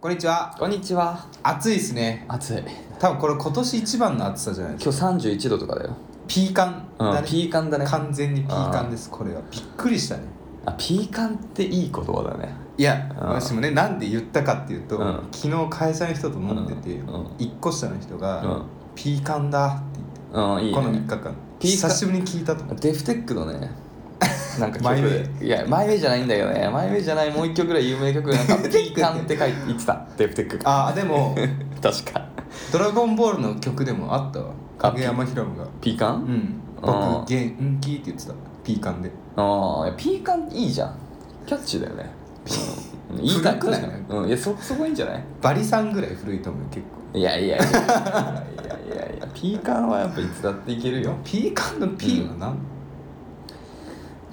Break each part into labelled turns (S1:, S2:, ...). S1: こんにちは
S2: こんにちは。
S1: 暑いですね
S2: 暑い。今
S1: 多分これ今年一番の暑さじゃないです
S2: 日三十一度とかだよ。
S1: かピーカン
S2: うん
S1: だね
S2: ピーカンだね
S1: 完全にピーカンですこれはびっくりしたね
S2: あ、ピーカンっていい言葉だね。
S1: いや
S2: うん
S1: 私もねなんで言ったかっていうと、
S2: うん
S1: 昨日会社の人と飲んでて、
S2: うんうん
S1: 一個下の人
S2: う
S1: が、
S2: ん。
S1: ピーカンだって言って
S2: うん、いい、ね。
S1: この3日間
S2: ピーカン
S1: 久しぶりに聞いたと思って
S2: デフテックのね。なんか曲
S1: マイウ
S2: いや、マイウェイじゃないんだけどね。マイウェイじゃない、もう一曲ぐらい有名曲なんか、 ピーカンって書いて言ってた。デフテックが。
S1: ああで も
S2: 確か。
S1: 「ドラゴンボール」の曲でもあったわ影山ひろむが
S2: ピーカ
S1: う
S2: ン
S1: ん
S2: あー
S1: 僕元気って言ってたピーカンで
S2: ああ、いやピーカンいいじゃん。キャッチーだよね。 うん、いいか
S1: 古くない
S2: うん、いや、そ、そこいいんじゃない
S1: バリさんぐらい古いと思うよ結構
S2: いやいやいやいやいやいや、ピーカンはやっぱいつだっていけるよ。
S1: ピーカンの P は何、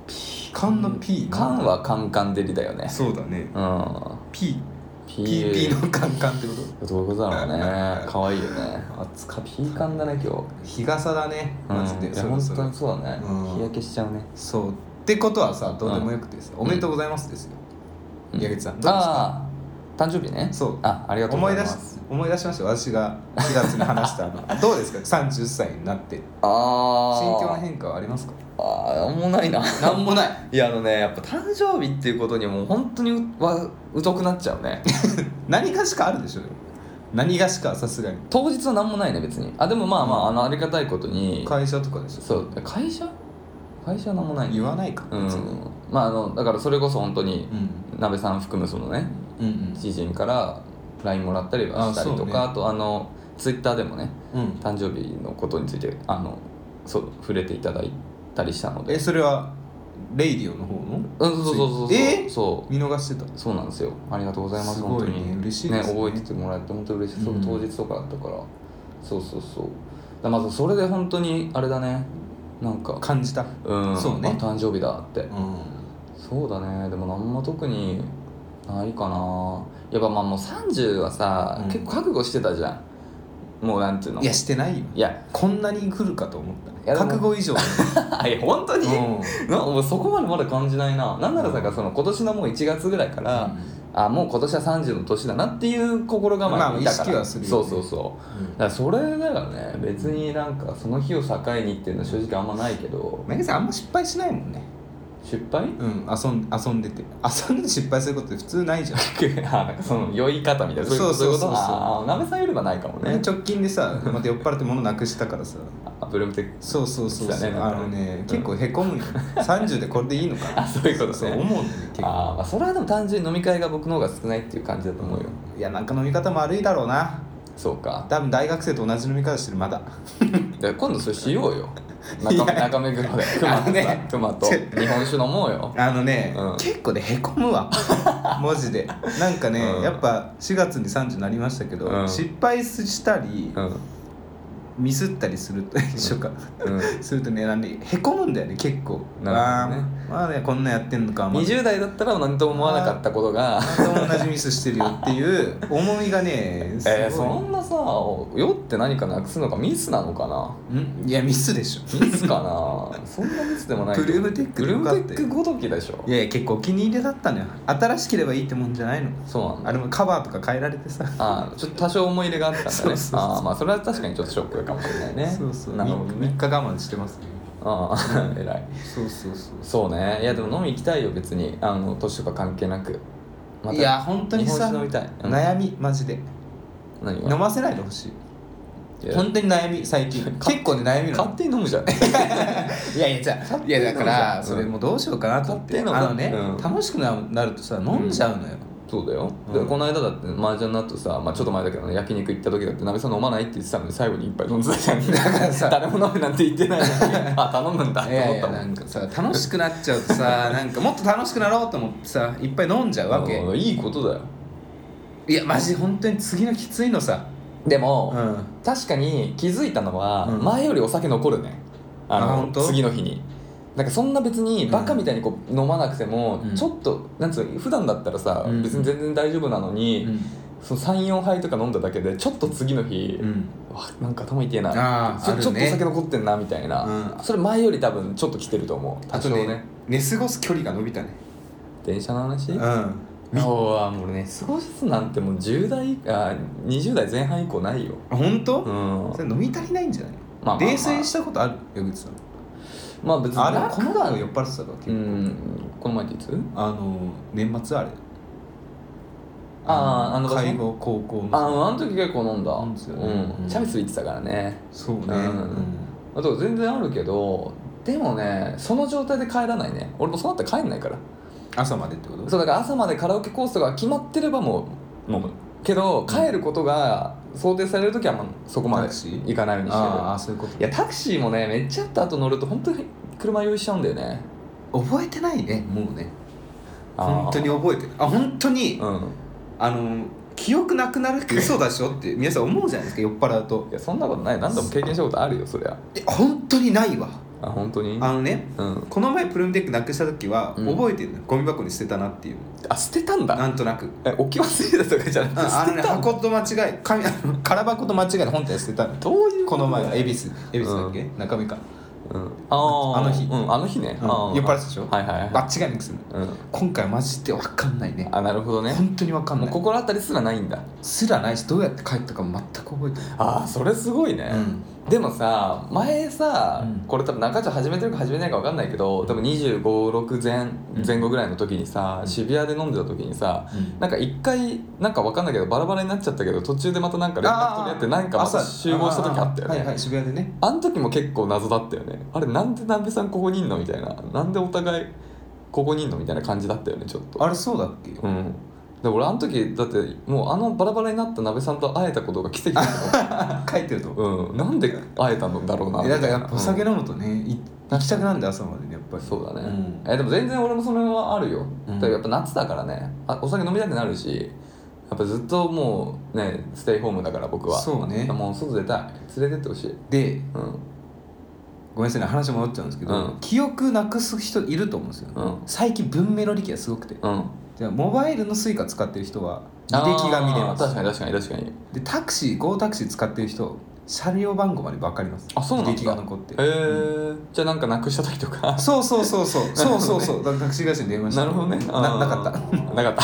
S1: ピーカンの P
S2: カンはカンカン照りだよね。
S1: そうだね
S2: うん。
S1: P
S2: ピ
S1: PP のカンカンってこと
S2: どういうことだろうね可愛いよね暑かピーカンだね今日
S1: 日傘だね
S2: う
S1: マジで、
S2: んいや
S1: そろそ
S2: 本当
S1: ろ
S2: にそうだね
S1: うん
S2: 日焼けしちゃうね
S1: そうってことはさどうでもよくてさ、おめでとうございますですよ、
S2: うん
S1: 矢口さんどうですか
S2: ああ誕生日ね
S1: そう
S2: あありがとうご
S1: 思
S2: ざ
S1: い
S2: いま
S1: 出し
S2: す
S1: 思い出しました私が4月に話したあ のどうですか30歳になって
S2: ああ
S1: 心境の変化はありますか
S2: あーなんもないな
S1: なんもない
S2: いやあのねやっぱ誕生日っていうことにもう本当にうは疎くなっちゃうね
S1: 何がしかあるでしょでも何がしかはさすがに
S2: 当日は何もないね別にあでもまあまああのありがたいことに
S1: 会社とかでしょ
S2: そう会社会社は何もない
S1: 言わないか
S2: う
S1: 別に
S2: んまああのだからそれこそ本当に
S1: うん
S2: 鍋さん含むそのね
S1: うんうん
S2: 知人から LINE もらったりはしたりとかあ,、
S1: あそうね
S2: とあの Twitter でもね
S1: うん
S2: 誕生日のことについてあのそう触れていただいたりしたので
S1: えそれはレイディオの方の
S2: うんそうそうそうそう、
S1: え
S2: そう
S1: 見逃してた
S2: そうなんですよありがとうございます
S1: すご
S2: 本当
S1: いね
S2: に
S1: 嬉しいですね
S2: 覚えててもらって本当嬉しいそう
S1: うん
S2: 当日とかだったから、そうそうそうだまずそれで本当にあれだねなんか
S1: 感じた
S2: うん
S1: そうね
S2: あ誕生日だって、
S1: うん
S2: そうだねでも何も特にないかなやっぱまあもう30はさ、
S1: うん
S2: 結構覚悟してたじゃんもうなんていうの
S1: いやしてないよ
S2: いや
S1: こんなに来るかと思ったね
S2: いやでも
S1: 覚悟以上
S2: いや本 当に、
S1: うん
S2: なもうそこまでまだ感じないななんならさ、
S1: うん
S2: その今年のもう1月ぐらいから、あもう今年は30の年だなっていう心構え
S1: まあ
S2: がいたから、
S1: 意識はするよ
S2: そ
S1: ね
S2: うそうそうだからそれだからね別になんかその日を境にっていうのは正直あんまないけど
S1: メグさんあんま失敗しないもんね
S2: 失敗
S1: う ん遊ん遊んでて遊んでて失敗することって普通ないじゃん
S2: あなんかその酔い方みたいなそういうこと
S1: そうそうそうそう
S2: ああなべさんよりはないかも ね
S1: ね、直近でさまた酔っ払って物なくしたからさ
S2: あブルームテック
S1: そうそうそう
S2: そう
S1: そう、
S2: だね
S1: あのね結構へこ むよ30でこれでいいのかな
S2: あそういうことね
S1: そう思うんだよね結構
S2: あーまあそれはでも単純に飲み会が僕の方が少ないっていう感じだと思うよ、
S1: いやなんか飲み方も悪いだろうな
S2: そうか
S1: 多分大学生と同じ飲み方してるまだ
S2: だから今度それしよ うよ
S1: いや
S2: 中目中目黒で熊
S1: あの
S2: とさ
S1: ね
S2: 熊と
S1: ち
S2: 日本酒飲もうよ
S1: あのね、
S2: うん
S1: 結構ねへこむ わマジでなんかね、
S2: うん
S1: やっぱ4月に30になりましたけど、
S2: うん
S1: 失敗したり、
S2: うん、
S1: ミスったりすると一緒か、
S2: うん、
S1: するとねなんでへこむんだよね結構
S2: なるほどね
S1: あーまあねこんなんやってんのかまあ
S2: 20代だったら何とも思わなかったことが
S1: また同じミスしてるよっていう重みがねすごい、
S2: えー、そんなさ酔って何かなくすのかミスなのかなん
S1: いやミスでしょ
S2: ミスかなそんなミスでもない
S1: ブルームテック
S2: ブ
S1: で
S2: ル
S1: よ
S2: ーム
S1: かったよ
S2: テックごときでしょ
S1: いやいや結構お気に入りだったのよ新しければいいってもんじゃないの
S2: そうなんだ
S1: あれもカバーとか変えられてさ
S2: あーちょっと多少思い入れがあったんだね
S1: そうそうそう
S2: あーまあそれは確かにちょっとショックかもしれないね
S1: そうそう、
S2: なるほど
S1: 3
S2: ね
S1: 日我慢してますね
S2: ああ 偉い
S1: そうそうそう
S2: そうねいやでも飲み行きたいよ別にあの年とか関係なくまた
S1: いや本当に
S2: 日本
S1: さ
S2: 酒飲みたい、うん
S1: 悩みマジで
S2: 何が
S1: 飲ませないでほしい
S2: いや
S1: 本当に悩み最近結構ね悩みな
S2: 勝
S1: の
S2: 手に飲むじゃん
S1: いやいやじゃあいやだか
S2: う
S1: ら
S2: ん
S1: それもうどうしようかなと思ってあ
S2: 勝手の
S1: のね
S2: うん
S1: 楽しくななるとさ飲んじゃうのよ
S2: そうだよ、
S1: うん
S2: でこの間だって麻雀の後さ、まあ、ちょっと前だけどね焼肉行った時だって鍋さん飲まないって言ってたのに最後に一杯飲んでたじゃんだ
S1: からさ
S2: 誰も飲むなんて言って ないのにあ頼むんだっ
S1: い
S2: て
S1: やい
S2: 思っ
S1: や
S2: たもん
S1: なんかさ楽しくなっちゃうと さなんかもっと楽しくなろうと思ってさいっぱい飲んじゃうわけ
S2: うんいいことだよ
S1: いやマジ本当に次のきついのさ
S2: でも、
S1: うん
S2: 確かに気づいたのは、
S1: うん
S2: 前よりお酒残るねあ
S1: あ
S2: の
S1: 本当
S2: 次の日になんかそんな別にバカみたいにこう飲まなくても、
S1: うん
S2: ちょっとなんつうの普段だったらさ、
S1: うん
S2: 別に全然大丈夫なの
S1: う
S2: に、
S1: ん
S2: その34杯とか飲んだだけでちょっと次の日、
S1: うん
S2: わなんか頭痛いな
S1: あー
S2: ちょ
S1: あるね
S2: ちょっとお酒残ってんなみたいな、
S1: うん
S2: それ前より多分ちょっと来てると思う
S1: あ
S2: 多
S1: と
S2: 少ね
S1: ね寝過ごす距離が伸びたね
S2: 電車の話
S1: うん
S2: うはもうね過ごすなんてもう10代あ20代前半以降ないよ
S1: あ本当、
S2: うん
S1: それ飲み足りないんじゃない、
S2: まあまあまあ
S1: 泥酔したことあるよ口さん
S2: まあ別に
S1: あれ
S2: な
S1: この前酔っ払ってたから結
S2: う
S1: 構、
S2: んこの前っていつ
S1: あの年末あれ
S2: あーあの場所
S1: 介護高校の
S2: ああの時結構飲んだ
S1: 飲んですよね
S2: う、
S1: うんん
S2: チャミス行ってたからね
S1: そうね、
S2: うんあと全然あるけどでもねその状態で帰らないね俺もそうなったら帰んないから
S1: 朝までってこと
S2: そうだから朝までカラオケコースとか決まってればもう飲むけど帰ることが想定される時はもうそこまで
S1: タクシー
S2: 行かないようにしてる
S1: ああそういうこと
S2: いやタクシーもねめっちゃあった後乗ると本当に車用意しちゃうんだよね
S1: 覚えてないねもうね
S2: あー
S1: 本当に覚えてないあ本当に、
S2: うん
S1: あの記憶なくなるって嘘だしょって皆さん思うじゃないですか酔っ払うと
S2: いやそんなことない何度も経験したことあるよそりゃ
S1: え本当にないわ
S2: あ本当に
S1: あのね
S2: うん
S1: この前プルームテックなくした時は
S2: うん
S1: 覚えてるの、ゴミ箱に捨てたなっていう
S2: あ捨てたんだ
S1: なんとなく
S2: え置き忘れたとかじゃ
S1: うん
S2: なくて
S1: あ
S2: 捨
S1: の
S2: て
S1: ね
S2: たんだ
S1: 箱と間違え紙あの空箱と間違えて本体捨てたの
S2: どういう
S1: この前
S2: うん
S1: は恵比寿恵比寿だっけ、中身か
S2: うんあー
S1: あの日
S2: うんあの日ね
S1: うん
S2: あー
S1: 酔っ払ってたでしょ
S2: はいはい
S1: 間
S2: は
S1: 違いなくするの
S2: いうん
S1: 今回マジで分かんないね
S2: あなるほどね
S1: 本当に分かん
S2: も
S1: な
S2: う
S1: い
S2: 心当たりすらないんだ
S1: すらないしどうやって帰ったかも全く覚えてない
S2: ああそれすごいね、でもさ前さ、
S1: うん
S2: これ多分中条始めてるか始めてないか分かんないけど多分2 5 6前
S1: うん
S2: 前後ぐらいの時にさ、
S1: うん
S2: 渋谷で飲んでた時にさ
S1: うん
S2: なんか一回なんか分かんないけどバラバラになっちゃったけど途中でまたなんか連絡取り合ってなんかまた集合した時あったよね
S1: 朝
S2: あ
S1: はいはい渋谷でね
S2: の時も結構謎だったよねあれなんで南部さんここにいんのみたいななんでお互いここにいんのみたいな感じだったよねちょっと
S1: あれそうだっけ
S2: うんで俺あの時だってもうあのバラバラになった鍋さんと会えたことが奇跡だと思う
S1: 書いてると
S2: うん、なんで会えたのだろうな
S1: えだからやっぱお酒
S2: うん
S1: 飲むとねい行きたくなんで朝までねやっぱり
S2: そうだね、
S1: うん
S2: えでも全然俺もそれはあるよ、
S1: うん
S2: だからやっぱ夏だからねあお酒飲みたくなるしやっぱずっともうねステイホームだから僕は
S1: そうね
S2: もう外出たい連れてってほしい
S1: で
S2: うん
S1: ごめんなさいね話戻っちゃうんですけど、
S2: うん
S1: 記憶なくす人いると思うんですよ、
S2: うん
S1: 最近文明の利器がすごくて
S2: うん
S1: じゃあモバイルのスイカ使ってる人は履歴が見れま
S2: あー確
S1: す
S2: かに確かに確かに
S1: でタクシー GO タクシー使ってる人車両番号まで分かります
S2: あそうなんだ
S1: 履歴が残って
S2: へえじゃあなんかなくした時と か
S1: そうそうそう そうそうそうそうだからタクシー会社に電話して
S2: なるほどね
S1: な
S2: あー
S1: なかっ
S2: な か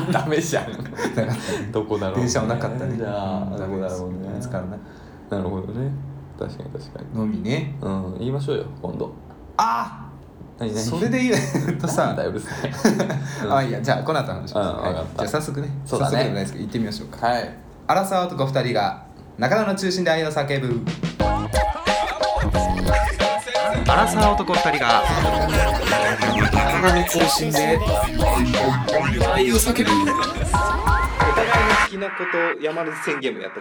S2: ったダメじゃん
S1: たなかったね
S2: どこだろうね、
S1: 電車もなかったね
S2: じゃあど
S1: ダ
S2: こ
S1: メ
S2: だ
S1: で
S2: ろうね
S1: す見つからない
S2: なるほどね確かに確かに
S1: のみね
S2: うん言いましょうよ今度
S1: あ
S2: 何
S1: あ
S2: 何
S1: それで言うと
S2: なん
S1: さ
S2: だようるさいうん
S1: あいいやじゃあこの後話します、
S2: うんわかった
S1: じゃあ早速ね
S2: そう
S1: 早
S2: だね
S1: 速でもないですけど行ってみましょうか
S2: はい
S1: アラサー男2人が中野の中心で愛を叫ぶアラサー男2人が中野の中心で愛を叫ぶお互いの好きなことを山根宣言もやった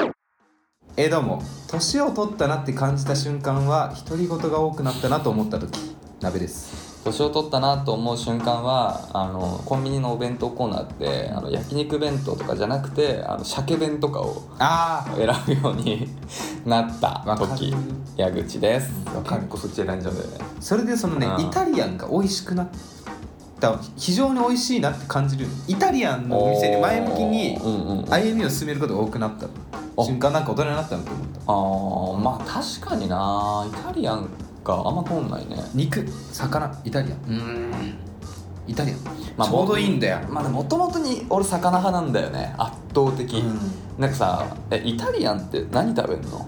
S1: こと えーどうも年を取ったなって感じた瞬間は独り言が多くなったなと思った時鍋です
S2: 年を取ったなと思う瞬間はあのコンビニのお弁当コーナーってあの焼肉弁当とかじゃなくてあの鮭弁とかを
S1: あ
S2: 選ぶように なった
S1: わか
S2: 時
S1: る
S2: 矢口です
S1: わかる
S2: 結構そっち選んじゃうんだよね
S1: あそれでそのね
S2: う
S1: イ
S2: ん
S1: タリアンが美味しくなった非常に美味しいなって感じるイタリアンのお店に前向きに
S2: おーうんうんあ
S1: 歩みを進めることが多くなった
S2: あ
S1: 瞬間なんか大人になったなと思った
S2: ーまあ確かになイタリアンがあんま通んないね
S1: 肉魚イタリアンうんイタリアン、
S2: まあ
S1: ちょうどいいんだよ、
S2: まあもともとに俺魚派なんだよね圧倒的、なんかさえイタリアンって何食べんの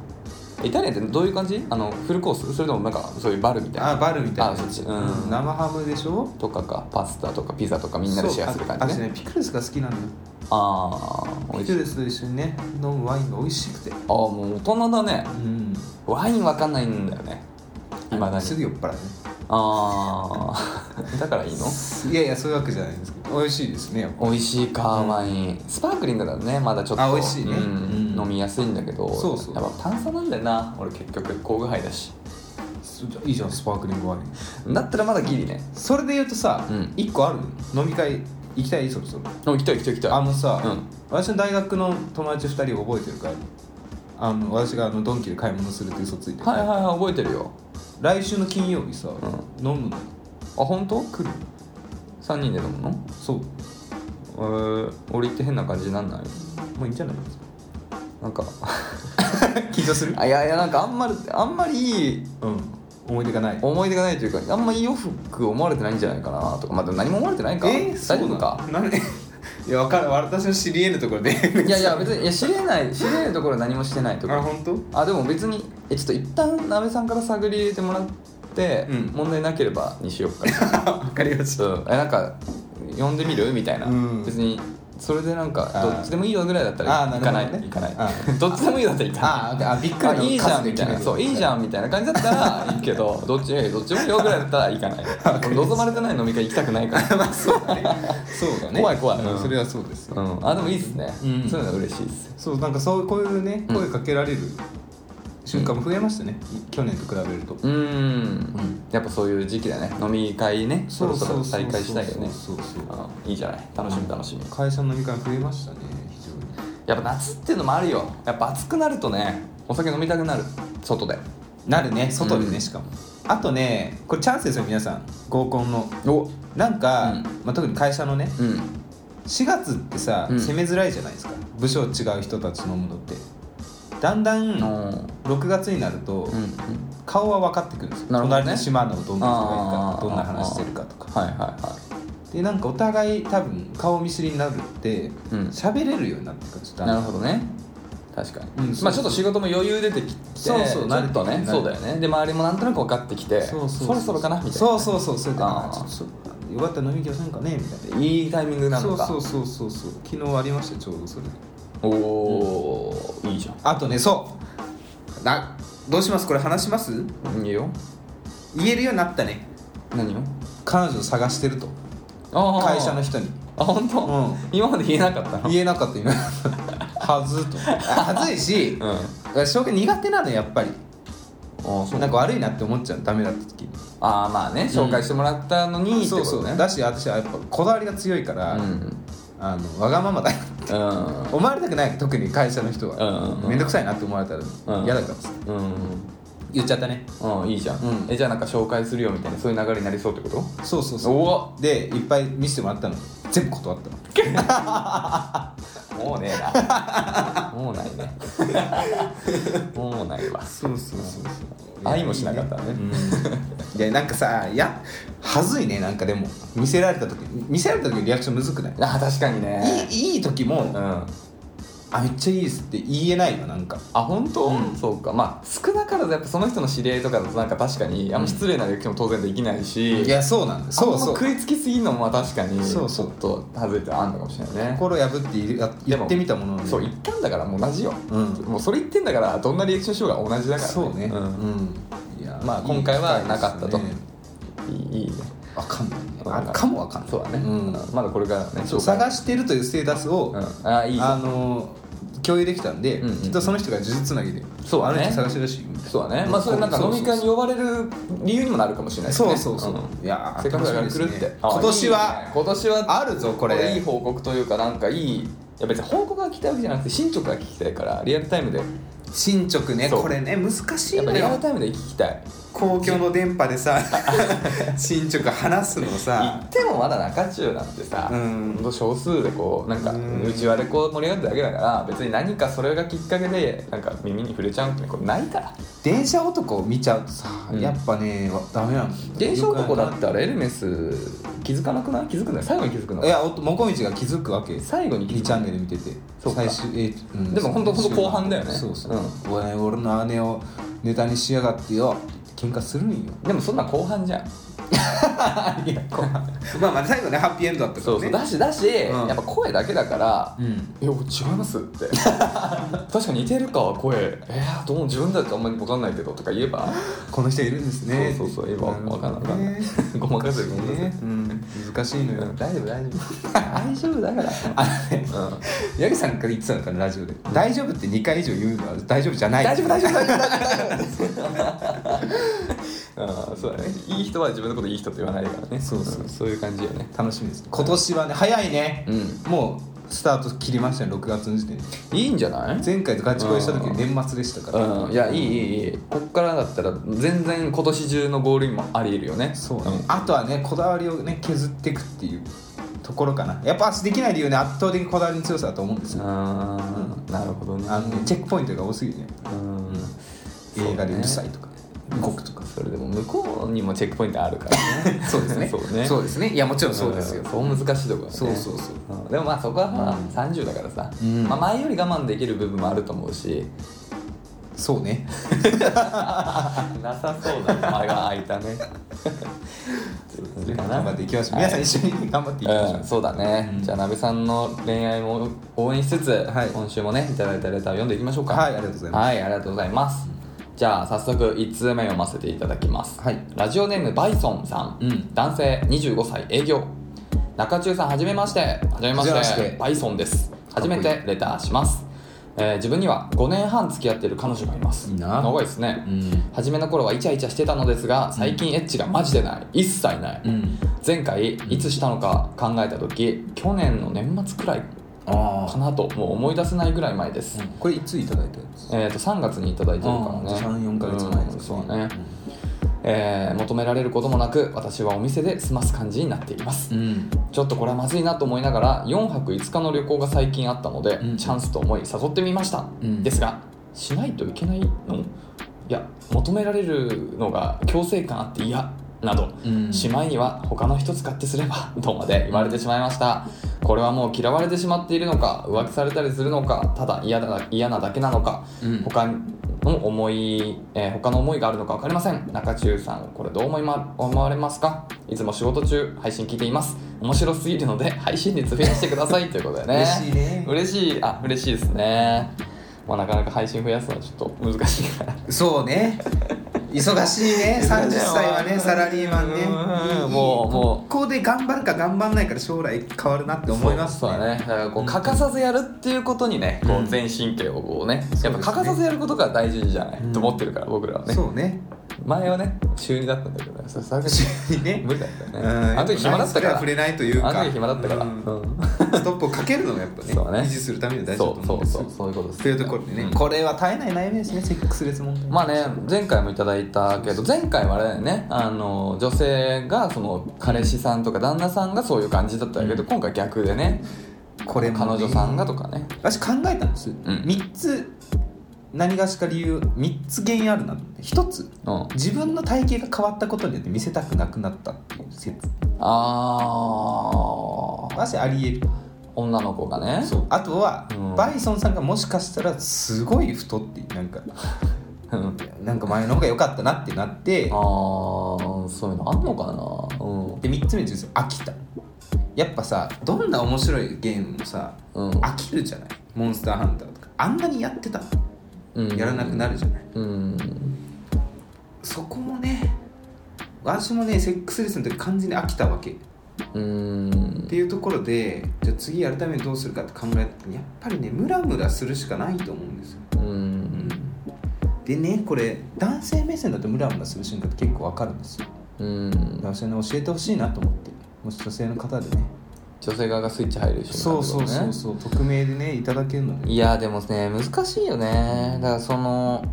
S2: イタリアンってどういう感じあのフルコースそれともなんかそういうバルみたい
S1: あ
S2: な
S1: バルみたいなや
S2: あそ
S1: つ、
S2: っちうん
S1: 生ハムでしょ
S2: とかかパスタとかピザとかみんなでシェアする感じ
S1: そうあ
S2: ね
S1: あとピクルスが好きなのよ
S2: ああ
S1: ピ
S2: 美味し
S1: ク
S2: い
S1: ルスと一緒にね飲むワインが美味しくて
S2: ああもう大人だね
S1: うん
S2: ワインわかんないんだよねいまだに
S1: すぐ酔っ払うね
S2: ああ だからいいの
S1: いやいやそういうわけじゃないんですけど美味しいですねやっぱ
S2: 美味しいかワインスパークリングだとねまだちょっと
S1: あ美味しいね
S2: うん
S1: うん
S2: 飲みやすいんだけど
S1: そうそう
S2: やっぱ炭酸なんだよな俺結局工具杯だし
S1: いいじゃんスパークリングワイン
S2: だったらまだギリね
S1: それで言うとさ、
S2: うん
S1: 一個ある飲み会行きたいそろそろ
S2: お来た来た来た
S1: あのさ、
S2: うん
S1: 私の大学の友達2人を覚えてるからあの私があのドンキで買い物するって嘘ついて、
S2: はいはいはい覚えてるよ
S1: 来週の金曜日さ、
S2: う
S1: 飲むのよ
S2: あ本当来る3人で飲むの
S1: そう
S2: えー、俺行って変な感じになんない
S1: もういいんじゃ ない
S2: なんか
S1: 緊張する
S2: あいやいやなんかあんまりあんまりいい
S1: うん思い出がない
S2: 思い出がないというかあんま洋服思われてないんじゃないかなとかまあでも何も思われてないか
S1: え
S2: 大丈夫か
S1: そうなのなんで いやわかる私の知り得るところで
S2: いやいや別にいや知り得ない知り得るところ何もしてないと
S1: あ
S2: か
S1: 本当
S2: あでも別にえちょっと一旦なべさんから探り入れてもらって、
S1: うん
S2: 問題なければにしようかな
S1: あわかりまし
S2: うん、えなんか呼んでみるみたいな、
S1: うん
S2: 別にそれでなんか
S1: あー
S2: どっちでもいいよぐらいだったら
S1: あーな
S2: 行
S1: るほ
S2: か
S1: ど
S2: な
S1: ね
S2: い、行かない
S1: あ
S2: どっちでもいいよだったら行か
S1: あ
S2: ない
S1: ーあびっくりの
S2: あいいじゃ
S1: 数
S2: んみたい
S1: で決め
S2: な
S1: る
S2: そういいじゃんみたいな感じだったら行く けどどっちどっちでもいいよぐらいだったら行かない俺望まれてない飲み会行きたくないか ら、
S1: まあそうだねそうだね
S2: 怖い怖い
S1: うん
S2: うん
S1: それはそうですよ
S2: うん、あでもいいですね、
S1: うん
S2: そういうの嬉しいです
S1: そうなんかそうこういうね
S2: うん
S1: 声かけられる瞬間も増えましたね、去年と比べると
S2: うーんやっぱそういう時期だね飲み会ねそろそろ再開したいよね
S1: そうそうそう
S2: うんいいじゃない楽しみ楽しみ
S1: 会社の飲み会増えましたね非常に
S2: やっぱ夏っていうのもあるよやっぱ暑くなるとねお酒飲みたくなる外で
S1: なるね外でね、
S2: うん
S1: しかもあとねこれチャンスですよ皆さん合コンの
S2: お
S1: なんか、
S2: うん
S1: まあ、特に会社のね
S2: うん
S1: 4月ってさ、
S2: うん
S1: 攻めづらいじゃないですか部署違う人たち飲むのってだんだん
S2: の
S1: 6月になると、
S2: うんうん
S1: 顔は分かってくるんですよ、
S2: なるほどね
S1: 隣の島のどんな人がいるかとか
S2: あー
S1: どんな話してるかとか
S2: はいはいはい
S1: でなんかお互い多分顔見知りになるって
S2: うん
S1: 喋、れるようになってくるんですだんだ
S2: なる
S1: ん
S2: ほどね確かに、
S1: うんそう
S2: まあちょっと仕事も余裕出てきて
S1: そうそう
S2: ちょっと
S1: 慣れて
S2: ね
S1: きて
S2: そうだよねで周りもなんとなく分かってきて
S1: そうそう
S2: ろそろかなみたいな
S1: そうそうそうそう
S2: あー
S1: ちょっとそうよかったら飲み行きませんかねみたいな
S2: いういタイミングな
S1: そ
S2: の
S1: う
S2: か
S1: そうそうそうそう昨日ありましたちょうどそれ
S2: おおー、いいじゃ
S1: あとねそうなどうしますこれ話します
S2: んいいよ
S1: 言えるようになったね
S2: 何を
S1: 彼女を探してると
S2: あー
S1: 会社の人に
S2: あ本当、
S1: うん
S2: 今まで言えなかったの
S1: 言えなかった 今はずとあはずいし
S2: うんあ
S1: 証言苦手なのやっぱり
S2: ーそう
S1: なんか悪いなって思っちゃうダメだった時に
S2: ああまあね紹介してもらったのに、って
S1: そ
S2: こ
S1: うそ
S2: と
S1: う
S2: ね
S1: だし私はやっぱこだわりが強いから、
S2: うん
S1: あのわがままだよ
S2: うん
S1: 思われたくない特に会社の人
S2: うん
S1: は
S2: うんうん
S1: 面倒くさいなって思われたら
S2: うん
S1: 嫌だからさ
S2: うん
S1: 言っちゃったね
S2: うんいいじゃん、
S1: うん
S2: えじゃあなんか紹介するよみたいなそういう流れになりそうってこと
S1: そうそうそう
S2: おお
S1: でいっぱい見せてもらったの全部断ったの
S2: もうねえな もうない ねもうないわ
S1: そうそうそう
S2: うん愛もしなかったね
S1: うんいやなんかさいやはずいねなんかでも見せられた時見せられた時のリアクションむずくない
S2: あ確かにね
S1: いいいい時
S2: うん
S1: も
S2: あ
S1: あめっちゃいいですって言えないのなんか
S2: 本当、そうかまあ少なからずやっぱその人の知り合いとかだとなんか確かにあんま失礼なリアクションも当然できないし、
S1: いやそうなんだよそう
S2: あん
S1: そ
S2: ま食
S1: う
S2: いつきすぎるのも確かに
S1: そうそう
S2: ちょっと外れてあんのかもしれないね
S1: 心破ってや
S2: で
S1: 言
S2: も
S1: ってみたもののね
S2: そう言ったんだからもう同じよ、
S1: うん
S2: もうそれ言ってんだからどんなリアクションしようが同じだから、
S1: そうね
S2: ん
S1: いや
S2: まあ
S1: いい
S2: 今回はなかったと
S1: 機会ですね
S2: いいいいね
S1: わかんないねあるかもわかんない
S2: そうだね、
S1: うん
S2: まだこれからね
S1: そう探してるというステータスを、
S2: うん、ああいい
S1: あ
S2: ぞ
S1: の共有できたんで、
S2: うんうん
S1: きっとその人が呪術つなぎで
S2: そうだね
S1: あの人探してるらしいみたいな
S2: そうだねまあそれなんか飲み会に呼ばれる理由にもなるかもしれないです
S1: そ
S2: ね
S1: うそうそう、
S2: ん
S1: いやー
S2: せっかくだから来るっ、
S1: 楽してみですね
S2: あ
S1: 今年はい
S2: いね今年は
S1: あるぞこれ
S2: いい報告というかなんかいいいや別に報告が聞きたいわけじゃなくて進捗が聞きたいからリアルタイムで
S1: 進捗ね
S2: そう
S1: これね難しい
S2: やっぱ
S1: の
S2: リアル
S1: よ
S2: タイムで聞きたい
S1: 公共の電波で さ進捗話すの
S2: 言
S1: さ
S2: ってもまだ中中なんてさ、
S1: うん
S2: ほんと少数でこうなんか
S1: うん
S2: 内輪でこう盛り上がってるだけだから別に何かそれがきっかけでなんか耳に触れちゃうってことないから
S1: 電車男を見ちゃうとさ、
S2: うん
S1: やっぱねわダメなんだよ
S2: 電車男だってあれエルメス気づかなくない気づくない最後に気づくの
S1: いやおともこみちが気づくわけ
S2: 最後に気づ
S1: 2
S2: く
S1: チャンネル見てて
S2: そうか
S1: 最終えーうん
S2: でもほんとほんと後半だよね
S1: そうそう、お前俺の姉をネタにしやがってよ喧嘩するんよ
S2: でもそんな後半じゃん いや後半
S1: まあまあ最後ねハッピーエンドだった
S2: そうそうだしだし、
S1: ん
S2: やっぱ声だけだから
S1: う
S2: 「
S1: ん
S2: いや俺違います」って 確かに似てるか声えー、どうも自分だってあんまり分かんないけどとか言えば
S1: この人いるんですね
S2: そうそうそう今分かんない分かんな
S1: ね
S2: いごまかせるごまかせ
S1: ね
S2: る
S1: うん難しいのよ
S2: 大丈夫大丈夫 大丈夫だから
S1: あのね
S2: うん
S1: 八木さんから言ってたのかなラジオで「大丈夫」って2回以上言うのは大丈夫じゃない
S2: 大丈夫大丈夫大丈夫大丈夫うんそうだねいい人は自分のこといい人って言わないからね
S1: そうそうん
S2: そういう感じよね
S1: 楽しみです今年はね早いね
S2: うん
S1: もうスタート切りましたね6月の時点で
S2: いいんじゃない
S1: 前回ガチ恋した時年末でしたから
S2: うんいやいいいいいいこっからだったら全然今年中のゴールインもありえるよね
S1: そうね、あとはねこだわりをね削っていくっていうところかなやっぱ足できない理由ね圧倒的にこだわりの強さだと思うんです
S2: うん
S1: よ、
S2: あーなるほどね
S1: あのねチェックポイントが多すぎてね
S2: うん
S1: 映画でうるさいとか、動くとか
S2: それでも向こうにもチェックポイントあるからね
S3: そうですね
S2: そうね
S3: そうですねいやもちろんそうですよ、
S2: そう難しいところ、ね、
S3: そうそうそう
S2: うんでもまあそこはまあ
S1: うん
S2: 30だからさ、
S1: うん
S2: まあ、前より我慢できる部分もあると思うし
S1: そうね
S2: なさそうだ 間が空いたねするかな
S1: 頑張っていきましょう、皆さん一緒に頑張っていきましょう、
S2: うん、そうだね、
S1: うん
S2: じゃあなべさんの恋愛も応援しつつ、
S1: はい
S2: 今週もねいただいたレターを読んでいきましょうか
S1: はいありがとうございます
S2: はいありがとうございますじゃあ早速1通目読ませていただきます、
S1: はい
S2: ラジオネームバイソンさん、
S1: うん
S2: 男性25歳営業中中さんはじめましてはじめまして
S1: はじめまして
S2: バイソンです
S1: っこ
S2: 初
S1: いい
S2: めてレターしますえー自分には5年半付き合ってる彼女がいます
S1: いいな
S2: 長いですね、
S1: うん
S2: 初めの頃はイチャイチャしてたのですが最近エッチがマジでない一切ない、
S1: うん
S2: 前回いつしたのか考えた時去年の年末くらい
S1: あ
S2: かなともう思い出せないぐらい前です、
S1: これいついただいたやつ
S2: えー、と3月にいただいてるからね
S1: 34か月前です
S2: うんそうね、えー求められることもなく私はお店で済ます感じになっています、
S1: うん
S2: ちょっとこれはまずいなと思いながら4泊5日の旅行が最近あったので、
S1: うん
S2: チャンスと思い誘ってみました、
S1: うん
S2: ですがしないといけないのいや求められるのが強制感あって嫌など、
S1: うん
S2: しまいには他の人使ってすれば とまで言われてしまいましたこれはもう嫌われてしまっているのか浮気されたりするのかただ嫌だ嫌なだけなのか、
S1: うん
S2: 他の思い、えー他の思いがあるのか分かりません中中さんこれどう思いま思われますかいつも仕事中配信聞いています面白すぎるので配信率増やしてく ださいということでね
S1: 嬉しいね
S2: 嬉しいあ嬉しいですねまあ、なかなか配信増やすのはちょっと難しいから
S1: そうね忙 しいね30歳はねサラリーマンね
S2: うんもうもう
S1: ここで頑張るか頑張んないから将来変わるなって思います
S2: そうそうだねだからこう欠かさずやるっていうことにね、こう全神経をこうね、やっぱ欠かさずやることが大事じゃない、
S1: うん
S2: と思ってるから僕らはね
S1: そうね
S2: 前はね週2だったんだけどねそれさす
S1: 週
S2: が
S1: にね
S2: に無理だったよ
S1: うん
S2: ね、あの時暇だったから
S1: 触れないというか
S2: あの時暇だったから、
S1: うん
S2: うん
S1: ストップをかけるのがやっぱね
S2: そうね
S1: 維持するためには大事だ
S2: そ
S1: と
S2: うそ
S1: 思うん
S2: う
S1: です
S2: そ
S1: よ
S2: うそういうことです
S1: というところでね、
S2: うん
S1: これは絶えない悩みですねセックスレス問題
S2: まあね前回もいただいたけど前回はあれだよねあの女性がその彼氏さんとか旦那さんがそういう感じだったけど、今回逆でね
S1: これもね
S2: 彼女さんがとかね
S1: 私考えたんです、
S2: ん
S1: 三3つ何がしか理由3つ原因あるなと思って1つ
S2: うん
S1: 自分の体型が変わったことによって見せたくなくなったっていう説
S2: ああ
S1: 私ありえる
S2: 女の子がね
S1: そうあとは、
S2: うん
S1: バイソンさんがもしかしたらすごい太ってなんか
S2: うん
S1: なんか前の方が良かったなってなって
S2: あーそういうのあんのかな
S1: で3つ目です飽きたやっぱさどんな面白いゲームもさ、
S2: うん
S1: 飽きるじゃないモンスターハンターとかあんなにやってたの
S2: うん、うん、
S1: やらなくなるじゃない、
S2: うん
S1: そこもね私もねセックスレスの時完全に飽きたわけ
S2: うん
S1: っていうところでじゃあ次改めてどうするかって考えた時にやっぱりねムラムラするしかないと思うんですよ
S2: うん
S1: でねこれ男性目線だとムラムラする瞬間って結構わかるんですよ
S2: うん
S1: 男性に教えてほしいなと思ってもし女性の方でね
S2: 女性側がスイッチ入る瞬間ってことね
S1: そう匿名でねいただけるので
S2: いやでもね難しいよねだからその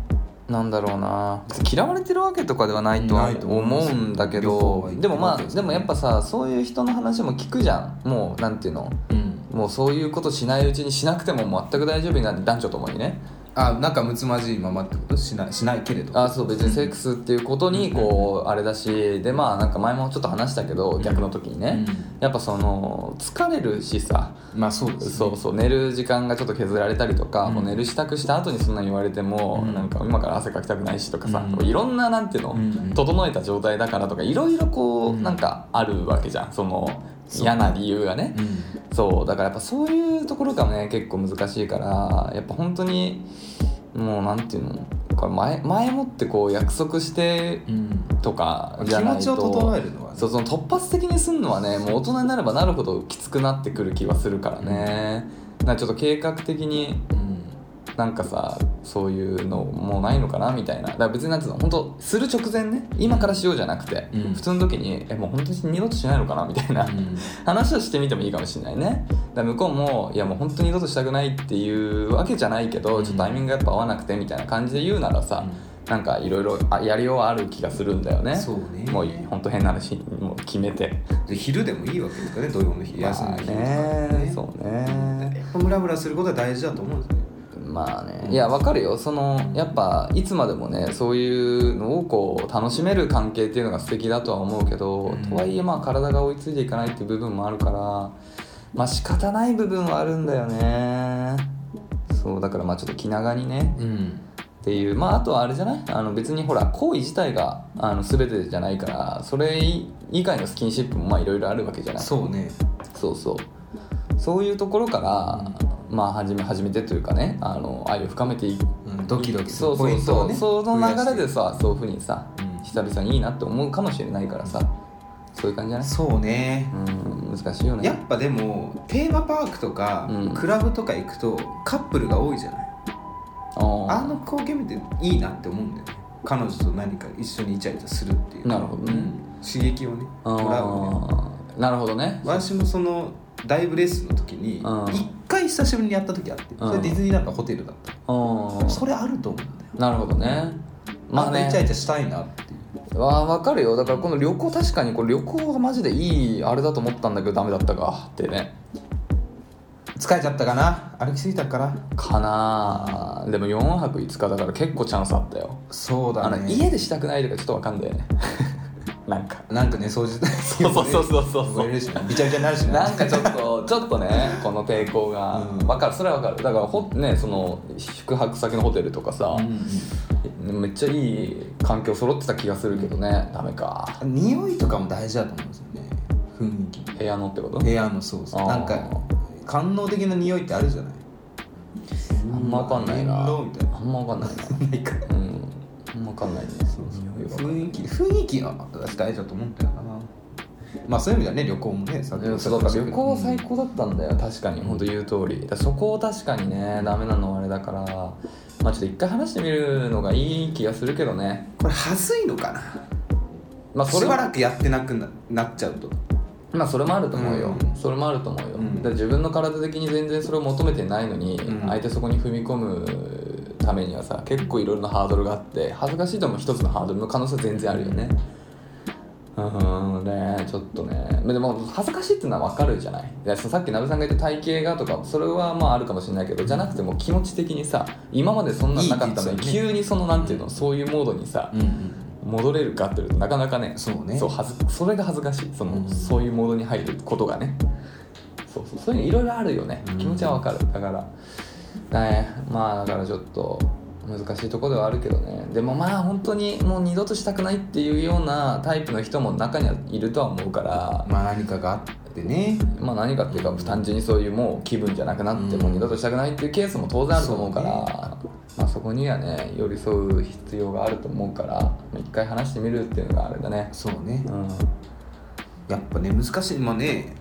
S2: なんだろうな別に嫌われてるわけとかではないとは
S1: ないと思いま
S2: 思
S1: す
S2: うんだけ
S1: 旅行は行
S2: ど
S1: ってる
S2: でもま
S1: わ
S2: あ
S1: けですか
S2: で
S1: ら
S2: も
S1: ね
S2: やっぱさそういう人の話も聞くじゃんもうなんていうの
S1: うん
S2: もうそういうことしないうちにしなくても全く大丈夫になる男女ともにね
S1: あなんかむつまじいままってことしないしないけれど
S2: あそう別にセックスっていうことにこうあれだしでまあなんか前もちょっと話したけど逆の時にね
S1: うん
S2: やっぱその疲れるしさ
S1: まあそうです、ね、
S2: そうそう寝る時間がちょっと削られたりとか、
S1: うん
S2: もう寝る支度した後にそんな言われても、
S1: うん
S2: なんか今から汗かきたくないしとかさ、
S1: うん
S2: こういろんななんていうの、
S1: うん
S2: 整えた状態だからとかいろいろこう、
S1: うん
S2: なんかあるわけじゃんその
S1: そう
S2: 嫌な理由がね、
S1: うん
S2: そうだからやっぱそういうところがね結構難しいからやっぱ本当にもうなんていうのこれ前前もってこう約束して
S1: うん
S2: とかじ
S1: 気
S2: ゃ
S1: 持
S2: ないと
S1: ちを整えるのはね
S2: そうその突発的にすんのはねもう大人になればなるほどきつくなってくる気はするからね、なんかちょっと計画的に
S1: うん
S2: なんかさそういうのもうないのかなみたいなだから別になんつうの本当する直前ね今からしようじゃなくて、
S1: うん
S2: 普通の時にえもう本当に二度としないのかなみたいな、
S1: うん
S2: 話をしてみてもいいかもしれないねだから向こうもいやもう本当に二度としたくないっていうわけじゃないけど、
S1: うん
S2: ちょっとタイミングがやっぱ合わなくてみたいな感じで言うならさ、なんかいろいろあやりようはある気がするんだよね
S1: そうね
S2: もう本当変な話もう決めて
S1: で昼でもいいわけですかね土曜の日休みの日とか
S2: まあねそうね
S1: やっぱムラムラすることは大事だと思うんですね
S2: まあねいやわかるよそのやっぱいつまでもねそういうのをこう楽しめる関係っていうのが素敵だとは思うけど、
S1: うん
S2: とはいえまあ体が追いついていかないっていう部分もあるからまあ仕方ない部分はあるんだよねそうだからまあちょっと気長にね
S1: うん
S2: っていうまああとはあれじゃないあの別にほら行為自体があの全てじゃないからそれ以外のスキンシップもまあいろいろあるわけじゃない
S1: そうね
S2: そうそうそういうところから、まあ始め始めてというかねあの愛を深めていく
S1: うんドキドキす
S2: そ
S1: る
S2: うそうそう、その流れ
S1: 増や
S2: で
S1: して
S2: さそういうふうにさ、
S1: うん
S2: 久々にいいなって思うかもしれないからさそういう感じじゃない
S1: そうね
S2: うん難しいよね
S1: やっぱでもテーマパークとか、
S2: うん
S1: クラブとか行くとカップルが多いじゃないあ
S2: あ
S1: の光景見ていいなって思うんだよね彼女と何か一緒にイチャイチャするっていう
S2: なるほどね
S1: うん刺激をね
S2: あ
S1: もらうね
S2: なるほどね
S1: 私もそのダイブレッスンの時に
S2: うん
S1: 一回久しぶりにやった時あってそれディズニーなんかホテルだっ
S2: う
S1: た
S2: ん
S1: それあると思うんだよ
S2: なるほどねま
S1: な
S2: あ
S1: んかイチャイ
S2: ね
S1: チャしたいなっていう
S2: わ分かるよだからこの旅行確かにこれ旅行がマジでいいあれだと思ったんだけどダメだったかってね
S1: 疲れちゃったかな歩きすぎたかな
S2: かなあでも4泊5日だから結構チャンスあったよ
S1: そうだ
S2: あの
S1: ね
S2: 家でしたくないとかちょっとわかんだよね なんか
S1: なんかね掃除だ
S2: そうそうそうそうそう
S1: 汚れるしねびちゃびちゃになるしね
S2: なんかちょっとちょっとねこの抵抗が
S1: うん
S2: わかるそれはわかるだからほねその宿泊先のホテルとかさ
S1: う、ん
S2: めっちゃいい環境揃ってた気がするけどねダメか
S1: 匂いとかも大事だと思うんですよね雰囲気
S2: 部屋のってこと
S1: 部屋のそうそう
S2: あー
S1: なんか官能的な匂いってあるじゃない
S2: あんまわかんないな
S1: 面倒みたい
S2: あんまわかんないな
S1: なないか
S2: うんあんまわかんないね匂いは
S1: 雰囲気雰囲気は私大事だと思うんだよなまあそういう意味ではね旅行もねさっき
S2: でもそうだから旅行は最高だったんだよ確かに本当言う通りだからそこを確かにねダメなのはあれだからまあちょっと一回話してみるのがいい気がするけどね
S1: これ恥ずいのかな、
S2: まあそ
S1: し
S2: れ
S1: ば
S2: は
S1: らくやってなくななっちゃうと
S2: まあそれもあると思うよ、
S1: うん
S2: それもあると思うよ、
S1: うん
S2: だから自分の体的に全然それを求めてないのに、
S1: うん
S2: 相手そこに踏み込むためにはさ結構いろいろなハードルがあって恥ずかしいとも一つのハードルの可能性は全然あるよねうんねちょっとねでも恥ずかしいっていうのは分かるじゃないいやそのさっきなべさんが言った体型がとかそれはまああるかもしれないけどじゃなくても気持ち的にさ今までそんなんなかったのに
S1: いい実は
S2: 急にそのなんていうのそういうモードにさ、
S1: ん
S2: 戻れるかっていうとなかなかね
S1: そうね
S2: はずそれが恥ずかしいその、
S1: うん
S2: そういうモードに入ることがねそうそうそういうのいろいろあるよね
S1: うん
S2: 気持ちはわかるだからねまあだからちょっと難しいところではあるけどねでもまあ本当にもう二度としたくないっていうようなタイプの人も中にはいるとは思うから
S1: まあ何かがあってね
S2: まあ何かっていうか単純にそういうもう気分じゃなくなってもう二度としたくないっていうケースも当然あると思うから、まあ、そこにはね寄り添う必要があると思うからまあ一回話してみるっていうのがあれだね
S1: そうね
S2: うん
S1: やっぱね難しいまあね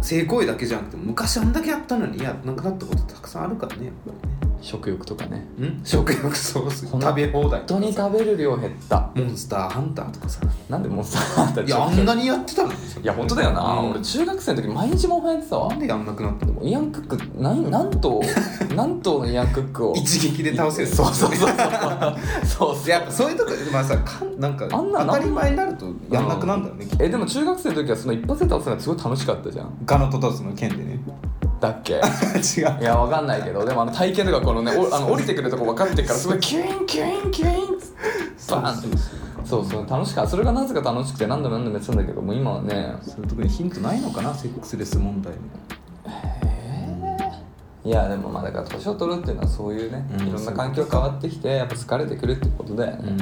S1: 性行為だけじゃなくて昔あんだけやったのにいやなくなったことたくさんあるからねやっぱりね
S2: 食欲とかね
S1: ん食欲ソース
S2: ほん
S1: 食べ放題
S2: 本当に食べる量減った
S1: モンスターハンターとかさ
S2: なんでモンスターハンター
S1: いやあんなにやってたのい
S2: いや本当だよな、
S1: うん
S2: 俺中学生の時毎日もンハやってたわ
S1: なんでやんなくなった
S2: で
S1: の
S2: もイアン・クックなんなん となんとイアン・クックを
S1: 一撃で倒せる
S2: そうそうそうそうそうそう
S1: でやっぱそういうとこまあさかんなんか
S2: あんな
S1: 当たり前になるとやんなくなるんだよね、
S2: えでも中学生の時はその一発で倒すのがすごい楽しかったじゃん
S1: ガノトトスの剣でね
S2: だっけ
S1: 違う
S2: いやわかんないけどでもあの体型とかこのねおあの降りてくるとこ分かってるからすごいキュインキュインキュインっつってバーンってそうそう楽しかったそれがなぜか楽しくて何度も何度もやってたんだけどもう今はね
S1: そういうとこにヒントないのかなセックスレス問題の
S2: いやでもまあだから年を取るっていうのはそういうね、
S1: うん
S2: いろんな環境変わってきてやっぱ疲れてくるってことだよね、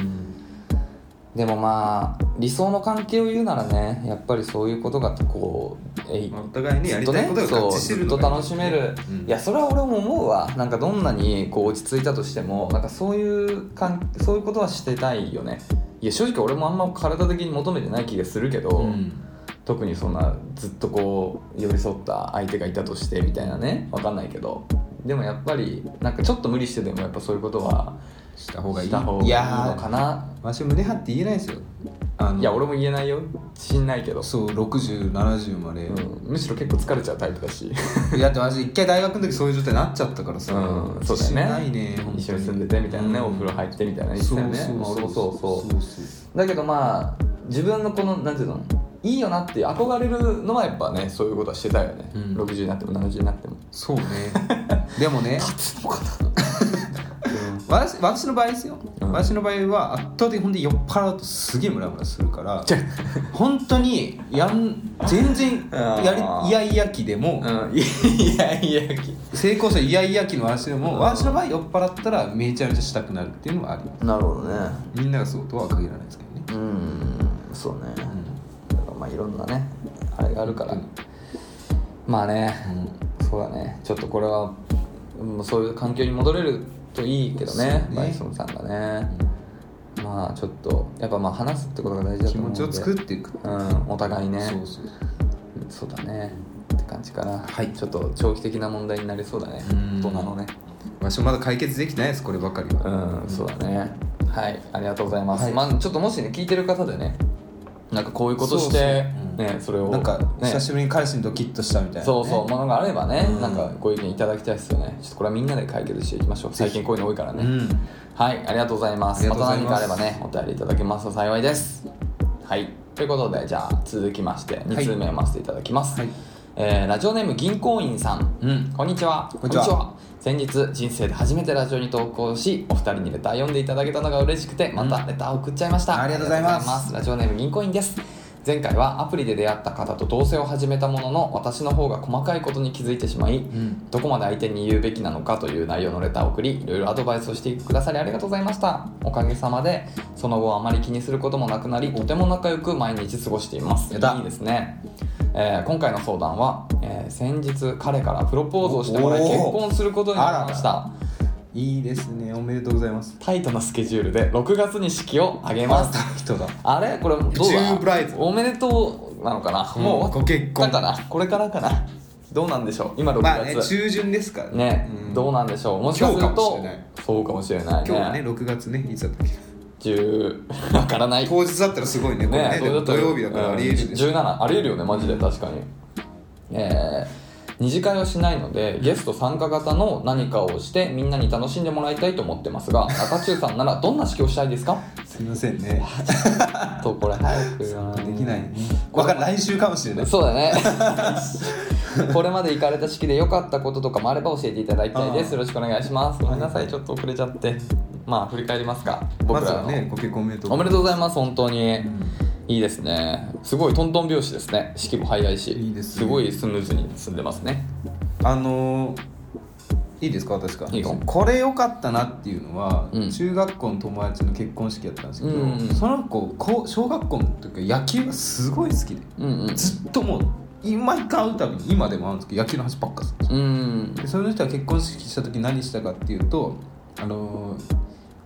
S2: でもまあ理想の関係を言うならねやっぱりそういうことがこうえい
S1: まあお互いね
S2: ず
S1: や
S2: っ
S1: り
S2: と
S1: た
S2: ね
S1: いことが合致して
S2: そうず
S1: る
S2: っ
S1: の
S2: と
S1: がいい
S2: 楽しめる、
S1: うん
S2: いやそれは俺も思うわなんかどんなにこう落ち着いたとしてもなんかそういうかんそういうことはしてたいよねいや正直俺もあんま体的に求めてない気がするけど、
S1: うん
S2: 特にそんなずっとこう寄り添った相手がいたとしてみたいなねわかんないけどでもやっぱりなんかちょっと無理してでもやっぱそういうことは
S1: した方がいい
S2: した方がいいのかな
S1: わし胸張って言えないですよあの
S2: いや俺も言えないよしんないけど、
S1: そう6070まで、
S2: うん、むしろ結構疲れちゃうタイプだし、
S1: いやだって私一回大学の時そういう状態になっちゃったからさ、
S2: うん、そうだよね
S1: ないね本当に
S2: 一緒に住んでてみたいなね、お風呂入ってみたいな言ってたよねまあ俺もそうそう
S1: そうそう
S2: だけどまあ自分のこのなんていうのいいよなっていう憧れるのはやっぱねそういうことはしてたよね、
S1: うん
S2: 60になっても70になっても
S1: そうねでもね
S2: 勝つのかな
S1: 私私の場合ですよ、
S2: うん
S1: 私の場合は圧倒的に本当に酔っ払うとすげえムラムラするから
S2: じゃ
S1: 本当にやん全然や
S2: あー
S1: りいやいや期でも、
S2: うんいやいや
S1: 成功者いやいや期の私でも、私の場合酔っ払ったらめちゃめちゃしたくなるっていうのはあります
S2: なるほどね
S1: みんながそうとは限らないですけどね
S2: うんそうね、だからまあいろんなねあれがあるから、
S1: うん
S2: まあね、そうだねちょっとこれはもうそういう環境に戻れるといいけど
S1: そう
S2: ね
S1: ね
S2: バイソンさんがね、まあちょっとやっぱまあ話すってことが大事だと
S1: 気
S2: 思う
S1: 持
S2: んで
S1: ちを作っていく、
S2: うんお互いね
S1: そうそう
S2: そうだねって感じかな、
S1: はい
S2: ちょっと長期的な問題になりそうだね
S1: うん
S2: 大人のね
S1: 私もまだ解決できてないですこればかりは
S2: うん、そうだねはいありがとうございます、
S1: はい
S2: まあ、ちょっともしね聞いてる方でねなんかこういうことし
S1: そう
S2: て
S1: そううん
S2: ね、それを
S1: なんか
S2: ね
S1: 久しぶりに彼氏にドキッとしたみたいな、ね、
S2: そうそうものがあればね、
S1: うん
S2: なんかご意見いただきたいですよねちょっとこれはみんなで解決していきましょう最近こういうの多いからね、
S1: うん
S2: はいありがとうございます
S1: あり
S2: ま
S1: がとうご
S2: た
S1: ざいま
S2: 何
S1: す
S2: かあればねお便りいただけますと幸いですはいということでじゃあ続きまして2通目読ませていただきます、
S1: はい
S2: えーラジオネーム銀行員さん
S1: うん
S2: こんにちは。
S1: こんにちは
S2: 先日人生で初めてラジオに投稿し、お二人にレター読んでいただけたのが嬉しくて、またレターを送っちゃいました。
S1: ありがとうございます
S2: ありがとうラジオネーム銀行員です。前回はアプリで出会った方と同棲を始めたものの、私の方が細かいことに気づいてしまい、
S1: うん
S2: どこまで相手に言うべきなのかという内容のレターを送りいろいろアドバイスをしてくださりありがとうございましたおかげさまでその後あまり気にすることもなくなりとても仲良く毎日過ごしています
S1: やった
S2: いいですね、えー今回の相談は、えー先日彼からプロポーズをしてもらい
S1: お
S2: 結
S1: ー
S2: 婚することになりました
S1: いいですねおめでとうございます
S2: タイトなスケジュールで6月に式を挙げます
S1: あ人だ
S2: あれこれどうだ
S1: 10ブライズ
S2: おめでとうなのかな、
S1: うん
S2: もう
S1: ご結婚
S2: だからこれからかなどうなんでしょう今6月、
S1: まあね中旬ですから
S2: ね、
S1: うん
S2: どうなんでしょうもしかする
S1: 今日かも
S2: と
S1: しれない
S2: そうかもしれないね
S1: 今日はね6月ねいつだったっけ
S2: 10わからない
S1: 当日だったらすごいねこれね
S2: それだった
S1: 土曜日だからありえるでしょ、
S2: うん17ありえるよねマジで確かにえー二次会をしないのでゲスト参加型の何かをしてみんなに楽しんでもらいたいと思ってますが中中さんならどんな式をしたいですか
S1: すみませんね
S2: とこれ早く言わ
S1: で
S2: い
S1: きないねわかんない来週かもしれない
S2: そうだ ねこれまで行かれた式で良かったこととかもあれば教えていただきたいで
S1: あ
S2: す
S1: あ
S2: よろしくお願いしますごめんなさいちょっと遅れちゃってまあ振り返りますか
S1: ま
S2: 僕
S1: ず
S2: ら
S1: は
S2: の、
S1: ねご結婚おめでとう
S2: おめでとうございます本当に、
S1: ん
S2: いいですねすごいトントン拍子ですね式も早いし
S1: いいですね
S2: ごいスムーズに進んでますね
S1: あのーいいですか私から
S2: いいよ
S1: これ良かったなっていうのは、
S2: うん
S1: 中学校の友達の結婚式やったんですけど、
S2: うんうん
S1: その子こう小学校の時野球がすごい好きで
S2: うんうん
S1: ずっともう今買うたびに今でも会うんですけど野球の話ばっかするんです
S2: うん
S1: でその人は結婚式した時何したかっていうとあのー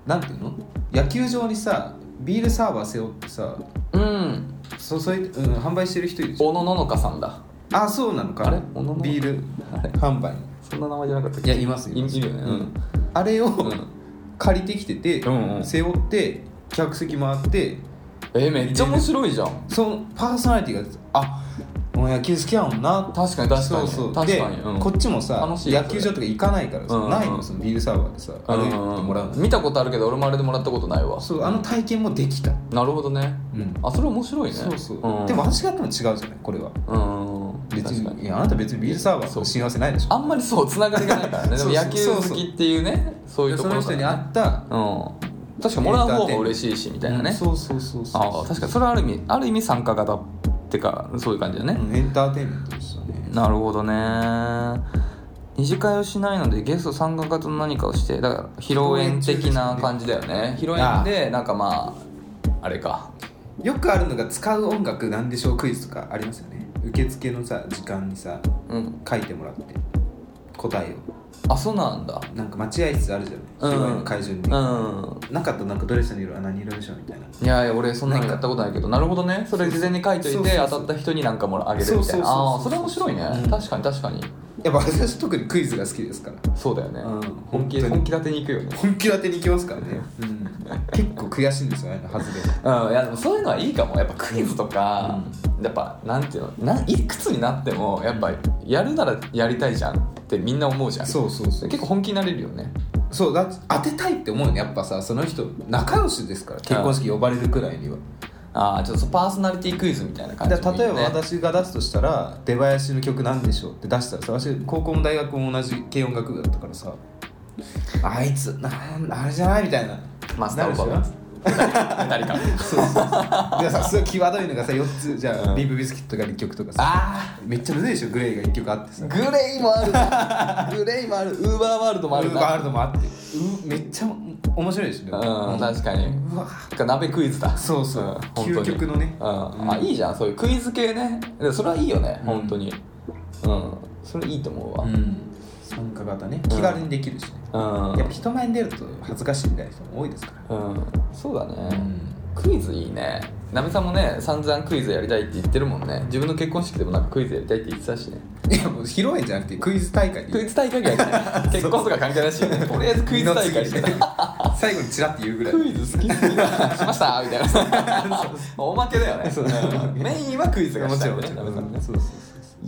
S1: なんていうの野球場にさビールサーバー背負ってさ
S2: うん
S1: 注いで、うん、販売してる人いるじゃん
S2: 小野ののかさんだ
S1: あそうなのか
S2: あれおのの
S1: ビール
S2: あれ
S1: 販売
S2: そんな名前じゃなかったっ
S1: いやいます
S2: い
S1: ます
S2: いるよね
S1: うんあれを、
S2: うん、うん
S1: 借りてきてて、
S2: うんうん
S1: 背負って客席回って
S2: えめっちゃ面白いじゃん
S1: そのパーソナリティがあもう野球好きやもんなって
S2: 確かに確か
S1: そう
S2: に
S1: そう
S2: 確
S1: で、
S2: かに、うん、
S1: こっちもさ
S2: 楽しいよ
S1: 野球場とか行かないからさ、
S2: うんうん
S1: ないのそのビールサーバーでさ歩いてもらうの、
S2: 見たことあるけど俺もあれでもらったことないわ
S1: そうあの体験もできた、
S2: なるほどね
S1: うん
S2: あそれ面白いね
S1: そうそう、
S2: ん、
S1: でも私がやっても違うじゃないこれは
S2: うん
S1: 別
S2: 確か
S1: にいやあなた別にビールサーバーと幸せないでし
S2: あ
S1: ょ
S2: んまりそうつながりがないからねで
S1: そ
S2: も
S1: うそう
S2: 野球好きっていうねそういう
S1: でそ
S2: と
S1: の
S2: ころ
S1: 人
S2: から
S1: に
S2: ね
S1: 会った
S2: うん確かもらう方も嬉しいしみたいな
S1: うん
S2: ね
S1: そうそうそうそう
S2: ああ確かにそれはある意味ある意味参加型ってかそういう感じだね
S1: うんエンターテインメントですよね
S2: なるほどね二次会をしないのでゲスト参加型の何かをしてだから披露宴的な感じだよね披露宴でなんかまああれか
S1: よくあるのが使う音楽なんでしょうクイズとかありますよね受付のさ時間にさ
S2: うん
S1: 書いてもらって答えを
S2: あそうなんだ
S1: なんか待合室あるじゃない、
S2: うん
S1: 会場に、
S2: うん
S1: なかったらなんかドレスの色は何色でしょうみたいない
S2: やいや俺そんなに買ったことないけどなるほどねそれ事前に書いとい
S1: そうそう
S2: て
S1: そう
S2: 当たった人になんかもらあげるみたいな
S1: そう
S2: あ
S1: そ
S2: あーそ
S1: うそうそう
S2: れ面白いね、
S1: うん
S2: 確かに確かに
S1: やっぱ私は特にクイズが好きですから
S2: そうだよね、
S1: うん
S2: 本気
S1: 本当に
S2: 本気立てに行くよね
S1: 本気当てに行きますからね、うん、結構悔しいんですよあのはずで
S2: うんいやでもそういうのはいいかもやっぱクイズとか、やっぱなんていうのないくつになってもやっぱやるならやりたいじゃんってみんな思うじゃん
S1: そうそうそう
S2: 結構本気になれるよね
S1: そうだって当てたいって思うよねやっぱさその人仲良しですから結婚式呼ばれるくらいには
S2: ああちょっとパーソナリティクイズみたいな感じ
S1: だ
S2: もいい、ね、
S1: 例えば私が出すとしたら「出囃子の曲なんでしょう?」って出したらさ私高校も大学も同じ軽音楽部だったからさあいつなんあれじゃないみたいな
S2: マスターオブ
S1: な
S2: バ
S1: る
S2: ー
S1: でしょ
S2: 誰か
S1: そうそうそうでもさすごい際どいのがさ4つじゃあ、
S2: うん
S1: ビープビスキットが1曲とかさ
S2: あ
S1: めっちゃむずいでしょグレイが1曲あってさ
S2: ーグレイもあるなグレイもあるウーバーワールドもあ
S1: ウ
S2: る
S1: ーバーワー
S2: な
S1: ルドもあってうめっちゃ面白いでしょでも
S2: うん確かに
S1: うわ
S2: てか鍋クイズだ
S1: そうそうん
S2: 本当に
S1: 究極のね
S2: うん
S1: うん
S2: あいいじゃんそういうクイズ系ねでそれはいいよね
S1: うん
S2: 本当にうんそれいいと思うわ
S1: うん参加型ね気軽にできるしね、
S2: うん
S1: やっぱ人前に出ると恥ずかしいみたいな人も多いですから
S2: うんそうだね、
S1: ん
S2: クイズいいねなべさんもね散々クイズやりたいって言ってるもんね自分の結婚式でもなんかクイズやりたいって言ってたしね
S1: いやもう披露宴じゃなくてクイズ大会で
S2: クイズ大会がや って結婚とか関係ないし、ね、とりあえずクイズ大会して
S1: 二の次で最後にチラって言うぐらい
S2: クイズ好きすぎだしましたみ たいなおまけだよね
S1: そう
S2: うんメインはクイズが
S1: も
S2: し
S1: ち
S2: たい
S1: ろんも
S2: よね
S1: ち
S2: な
S1: ろ
S2: べさん
S1: ん
S2: ね
S1: そうそうそう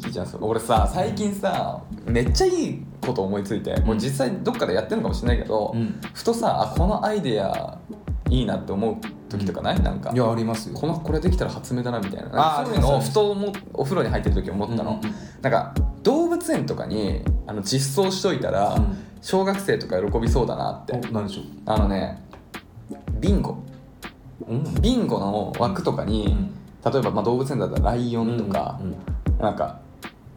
S2: いいじゃんそれ俺さ最近さめっちゃいいこと思いついて、もう実際どっかでやってるのかもしれないけど、
S1: うん
S2: ふとさあこのアイデアいいなって思う時とかない、なんか
S1: いやありますよ
S2: このこれできたら発明だなみたいな
S1: あー
S2: そういうのを
S1: あります
S2: ふと思うお風呂に入ってる時思ったの、
S1: うんうん
S2: なんか動物園とかにあの実装しといたら、
S1: うん
S2: 小学生とか喜びそうだなって
S1: お何でしょう
S2: あのねビンゴ
S1: うん
S2: ビンゴの枠とかに、例えばまあ動物園だったらライオンとか、
S1: うん
S2: なんか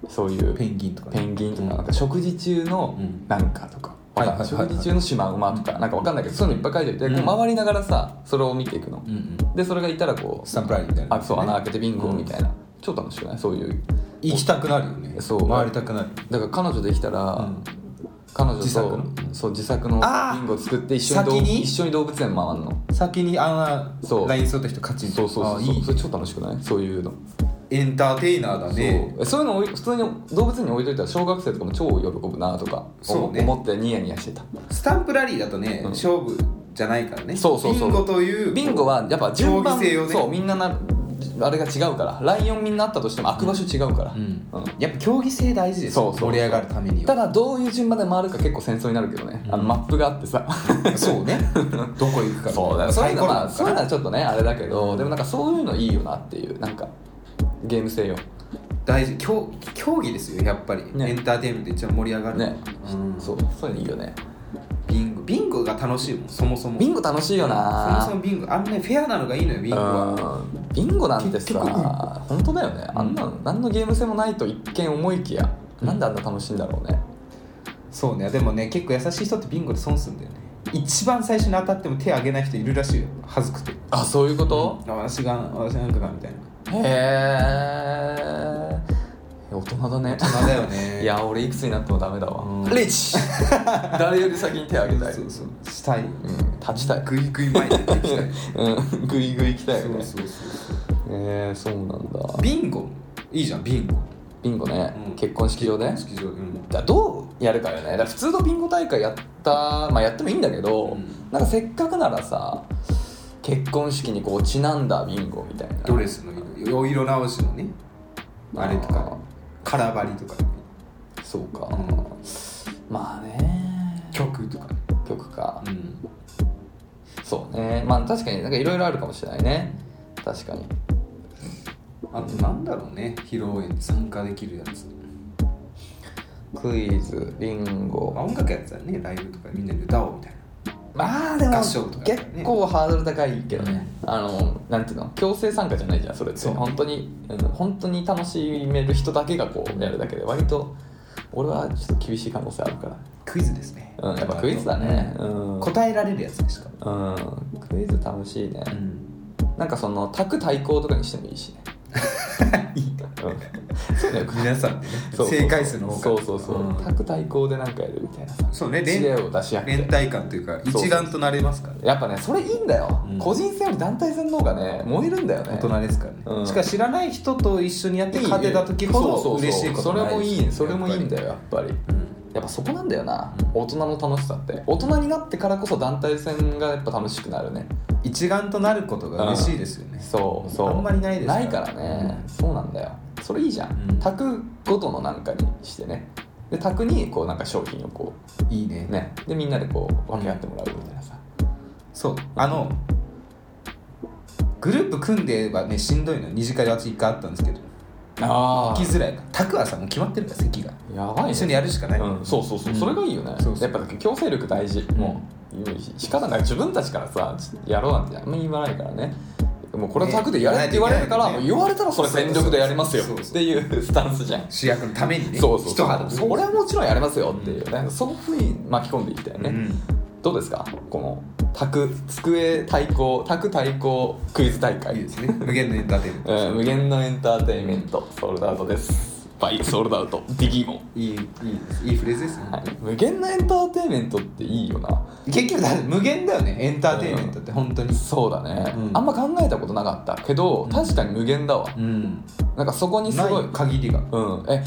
S2: そういう
S1: ペンギンとか
S2: ペンギンとかなんか食事中の
S1: うん
S2: なんかとか、
S1: はい
S2: わかんない
S1: はいはいはい
S2: 食事中のシマウマとか、なんかわかんないけどそういうのいっぱい書いておいて、
S1: うん
S2: こう回りながらさそれを見ていくの、
S1: うんうん
S2: でそれがいたらこう
S1: スタンプラリーみたいな
S2: あそう穴開けてビンゴみたいな、超楽しくないそういう
S1: 行きたくなるよね
S2: そう
S1: 回りたくなる
S2: だから彼女できたら、
S1: ん
S2: 彼女
S1: 自作
S2: と
S1: の
S2: そう自作の
S1: あー
S2: ビンゴ作って一緒に動
S1: 先に
S2: 一緒に動物園回るの
S1: 先にあ
S2: そ
S1: の
S2: う
S1: ライン沿った人勝ち
S2: そうそうそう
S1: あ
S2: そう
S1: いい
S2: それ超楽しくないそういうの
S1: エンターテイナーだね
S2: そうそういうのを普通に動物園に置いといたら小学生とかも超喜ぶなとか
S1: そうね
S2: 思ってニヤニヤしてた
S1: スタンプラリーだとね
S2: うん
S1: 勝負じゃないからね
S2: そうそうそう
S1: ビンゴという
S2: ビンゴはやっぱ順番
S1: 競技性をね
S2: そうみんななあれが違うからライオンみんなあったとしても開く場所違うから、
S1: うん
S2: うん
S1: やっぱ競技性大事ですよ
S2: そうそうそう
S1: 盛り上がるために
S2: た
S1: は
S2: だどういう順番で回るか結構戦争になるけどね、あのマップがあってさ
S1: そうねどこ行くか
S2: そうだよそう
S1: サ
S2: いうの
S1: イコロな
S2: は
S1: のかな
S2: そういうのはちょっとねあれだけど、でもなんかそういうのいいよなっていうなんかゲーム性よ
S1: 大事競競技ですよやっぱり
S2: ね
S1: エンターテインメント一番盛り上がる
S2: ね
S1: うん
S2: そうそういうのいいよね
S1: ビンゴビンゴが楽しいもんそもそも
S2: ビンゴ楽しいよな
S1: そもそもビンゴあんなにフェアなのがいいのよビンゴは
S2: うんビンゴなんてさ本当だよねあんなの何のゲーム性もないと一見思いきや、なんであんな楽しいんだろうね
S1: そうねでもね結構優しい人ってビンゴで損するんだよね一番最初に当たっても手挙げない人いるらしいよ恥ずくて
S2: あそういうこと、
S1: あ私が私なんかがみたいな
S2: へえ大人だ
S1: 大
S2: ね
S1: 人だよね
S2: いや俺いくつになってもダメだわ、
S1: うん
S2: リーチ 誰より先に手あげたい
S1: そうそうしたいよ
S2: うん、立ちたい
S1: グイグイ前に出 てきたい
S2: うんグイグイ行きたいよ
S1: そう
S2: ね
S1: そうそうそ
S2: えー、そうなんだ
S1: うビンゴいいじゃんビンゴ
S2: ビンゴね、
S1: うん
S2: 結婚式場で
S1: 式場うん
S2: だからどうやるかよねだから普通のビンゴ大会やったまあやってもいいんだけど、
S1: うん
S2: なんかせっかくならさ結婚式にこうちなんだビンゴみたいな
S1: ドレスの色お色直しのねあれとか空張りとか
S2: そうか、
S1: うん
S2: まあね
S1: 曲とか
S2: 曲か
S1: うん
S2: そうねまあ確かになんかいろいろあるかもしれないね確かに
S1: あとなんだろうね披露宴で参加できるやつ
S2: クイズビン
S1: まあ
S2: ゴ
S1: 音楽やってたらねライブとかみんなで歌おうみたいな
S2: まあでも
S1: 合唱とかね
S2: 結構ハードル高いけどねあのなんていうの強制参加じゃないじゃんそれって
S1: そう
S2: 本当に、うん、本当に楽しめる人だけがこうやるだけで割と俺はちょっと厳しい可能性あるから
S1: クイズですね、
S2: うん、やっぱクイズだね。うん。
S1: 答えられるやつですか
S2: うん、クイズ楽しいね。
S1: ん
S2: なんかその、卓対抗とかにしてもい いしね。うん。そうだよ、
S1: 皆さんでね
S2: そうそうそう
S1: 正解数の方
S2: そ
S1: が
S2: うそうそ
S1: ん
S2: う。卓対抗でなんかやるみたいなさ。
S1: そうね連
S2: 知恵を出し合っ
S1: 連
S2: て。
S1: 帯感というか
S2: そうそう
S1: 一丸となれますからね
S2: やっぱね、それいいんだよ。
S1: うん
S2: 個人戦より団体戦の方がね、燃えるんだよね
S1: 大。人ですからね、
S2: うん
S1: しか知らない人と一緒にやって勝てた時ほど嬉しいこと
S2: そ
S1: な
S2: れ
S1: い
S2: もいい、それもいいんだ
S1: よ、
S2: よ、やっぱり。
S1: うん
S2: やっぱそこなんだよな、
S1: う
S2: 大人の楽しさって大人になってからこそ団体戦がやっぱ楽しくなるね
S1: 一丸となることが嬉しいですよね、
S2: そうそう
S1: あんまりないです
S2: か
S1: からら
S2: ね、そうなんだよそれいいじゃん、
S1: うん
S2: 卓ごとのなんかにしてねで卓にこうなんか商品をこ
S1: いいね
S2: うねでみんなでこう分け合ってもらうみたいなさ、
S1: そうあのグループ組んではねしんどいの2次会で私1回あったんですけど
S2: あ
S1: 行きづらいなタクはさもう決まってるから席が
S2: あやばいね
S1: 一緒にやるしかない、
S2: うん、そうそうそう、
S1: うん
S2: それがいいよね
S1: そうそう
S2: やっぱだから強制力大事、もう仕方ない自分たちからさちょっとやろうなんてあんまり言わないからねもうこれは策でやれって言われるから、
S1: ね
S2: もう言われたらそれ全力でやりますよ
S1: そうそうそう
S2: っていうスタンスじゃん
S1: 主役のためにね
S2: そうそう
S1: 一
S2: そう
S1: 肌
S2: それはもちろんやりますよっていうね、そういうふうに巻き込んでいきたいね、
S1: うん
S2: どうですかこの卓机対抗卓対抗クイズ大会
S1: いいですね無限のエンターテインメント
S2: うん無限のエンターテインメントソールドアウトですバイソールドアウトディギーモン、
S1: いいいいですいいフレーズですね、
S2: はい、無限のエンターテインメントっていいよな
S1: 結局だから無限だよねエンターテインメントって本当に
S2: そうだね、
S1: うん
S2: あんま考えたことなかったけど確かに無限だわ、
S1: うん
S2: なんかそこにす
S1: な
S2: ごい
S1: い限りが
S2: うんえ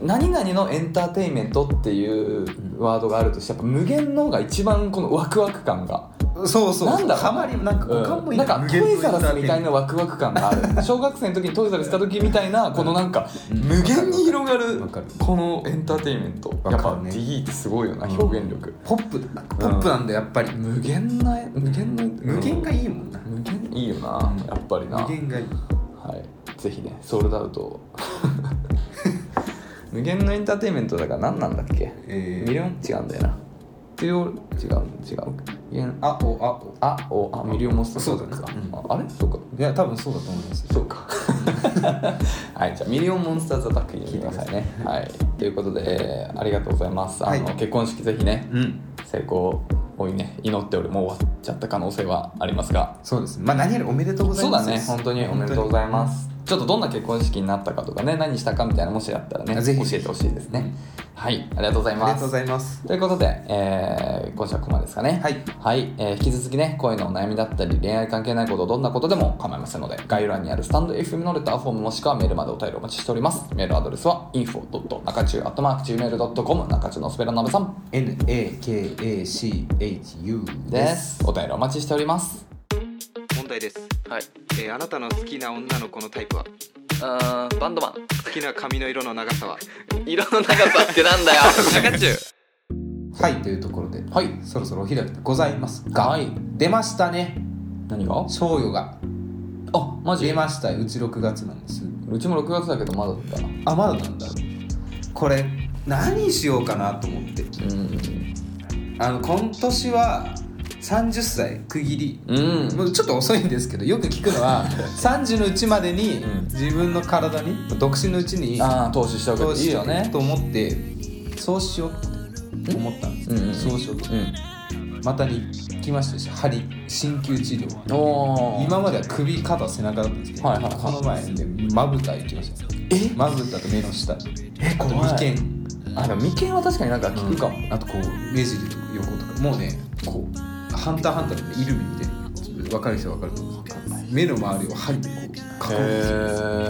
S2: 何々のエンターテインメントっていうワードがあるとしてやっぱ無限のが一番このワクワク感が
S1: そうそう
S2: なんだろう
S1: ハマりなんか五感も
S2: う
S1: い
S2: ん、
S1: い
S2: なんかトイザラスみたいな
S1: の
S2: ワクワク感がある小学生の時にトイザラスした時みたいなこのなんか
S1: うん
S2: 無限に広がる
S1: わかる
S2: このエンターテインメント
S1: わ
S2: やっ
S1: か
S2: ぱ
S1: るね
S2: DE ってすごいよな
S1: うん
S2: 表現力
S1: ポップだなポップなんだやっぱり
S2: 無限な無限の
S1: 無限が
S2: い
S1: いいもんな
S2: 無限いいよな
S1: うん
S2: やっぱりな
S1: 無限がいい
S2: はいぜひねソールドアウトを 無限のエンターテインメントだから何なんだっけ
S1: え
S2: ミ
S1: ー
S2: リオン違うんだよな違う違う違う無限
S1: あおあお
S2: あおあミリオンモンスター
S1: そうだね
S2: か
S1: うん
S2: ああれそうか
S1: いや多分そうだと思います
S2: そうか。 はい、じゃあミリオンモンスターズアタック聞いてくださいね。はい、ということで、えーありがとうございます。あの、
S1: はい
S2: 結婚式ぜひね、
S1: うん
S2: 成功をね祈っておりもう終わっちゃった可能性はありますが。
S1: そうですねまあ何よりおめでとうござ
S2: そ
S1: いう
S2: だ
S1: ます
S2: ね、本当におめでとうございます。ちょっとどんな結婚式になったかとかね、何したかみたいなもしあったらね、
S1: ぜひ
S2: 教えてほしいですね。はい、ありがとうござ
S1: 本当に
S2: い
S1: あり
S2: ま
S1: がとう
S2: す
S1: ご。ざいます
S2: ということで、えー今週はここまでですかね。
S1: はい
S2: はい、えー引き続きね、恋のお悩みだったり、恋愛関係ないこと、どんなことでも構いませんので、概要欄にあるスタンド FM のレターフォームもしくはメールまでお便りお待ちしております。メールアドレスは info.nakachu.gmail.com、中中のすべらなべさん
S1: NAKACHU
S2: です。お便りお待ちしております。
S1: 問題です、
S2: はい。
S1: えーあなたの好きな女の子のタイプは
S2: あバンドマン。
S1: 好きな髪の色の長さは
S2: 色の長さってなんだよ、中中。
S1: はいというところで
S2: はい。
S1: そろそろお開きでございますが、
S2: はい
S1: 出ましたね
S2: 何が
S1: 賞与が
S2: あ、マ
S1: 出
S2: ジ
S1: ましたうち6月なんです
S2: うちも6月だけどまだだったな。
S1: あまだなんだこれ何しようかなと思って
S2: うん。
S1: あの今年は30歳区切り
S2: うん。
S1: もうちょっと遅いんですけどよく聞くの は30のうちまでに
S2: うん
S1: 自分の体に独身のうちに
S2: ああ、投資してお
S1: 投
S2: くとい
S1: 資
S2: い
S1: しよ
S2: よ
S1: う
S2: ね
S1: と。思ってそうしようって思ったんです、
S2: うんうんうん
S1: そうしようと
S2: うん。
S1: またに行きましたし針鍼灸治療
S2: おー
S1: 今までは首肩背中だったんですけど、
S2: はいはいはい
S1: この前でまぶた行きました
S2: え
S1: まぶたと目の下あと
S2: え怖い
S1: 眉間
S2: あでも眉間は確かになんか聞くかも、
S1: あとこう目尻とか横とかもうねこう「ハンターハンター」のイルミみたいなちょっと分かる人は分かると思うんですけど目の周りを針でこう囲
S2: へ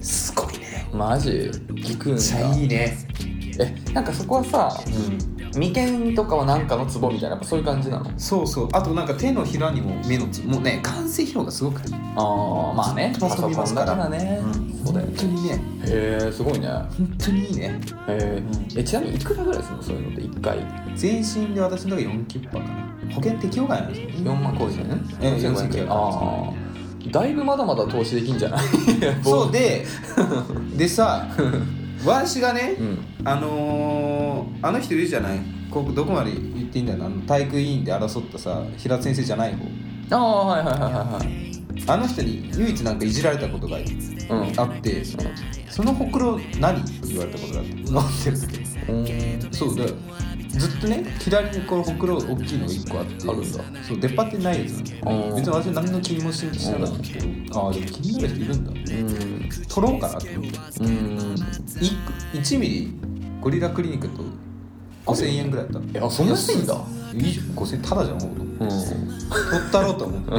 S1: うすごいね
S2: えマジ聞くん
S1: めっちゃい
S2: だ
S1: いね
S2: えなんかそこはさ眉間とかはなんかのツボみたいなやっぱそういう感じなの
S1: そうそうあとなんか手のひらにも目のつもうね完成表がすごくて、
S2: ああまあね
S1: ずっ
S2: パ
S1: と
S2: ソ
S1: 遊び
S2: コ
S1: ます
S2: ン
S1: か
S2: だ
S1: ら
S2: からね、そうだよ
S1: 本当
S2: ね
S1: にね
S2: へえすごいね
S1: 本当にいいね
S2: え
S1: うん
S2: えちなみにいくらぐらいするのそういうのって1回
S1: 全身で私のとこ4キュッパかな保険適用外なんですよ
S2: 4万5000円
S1: ええ
S2: 4500
S1: 4900
S2: 円ああだいぶまだまだ投資できんじゃない
S1: そうでで さ私がね、
S2: うん
S1: あのー、あの人いるじゃないここどこまで言っていいんだよなあの体育委員で争ったさ平田先生じゃない方
S2: ああはいはいはいはい
S1: あの人に唯一なんかいじられたことがあ
S2: はいうん
S1: ってそのそのほくろ何って言われたことがあってなんでって
S2: うん
S1: そうだよずっとね左にこのほくろ大きいのが1個あって
S2: あるんだ
S1: そう出っ張ってないやつなんだ
S2: うん
S1: よ別に私何の気にもししなかったんですけどああでも気になる人いるんだ
S2: うん
S1: 取ろうかなって思って
S2: うん
S1: 1ミリゴリラクリニックと5000円ぐらいだった
S2: えあそんな安いんだ
S1: いいじゃん5000円ただじゃんほぼ
S2: うん
S1: 取ったろうと思って、
S2: ボ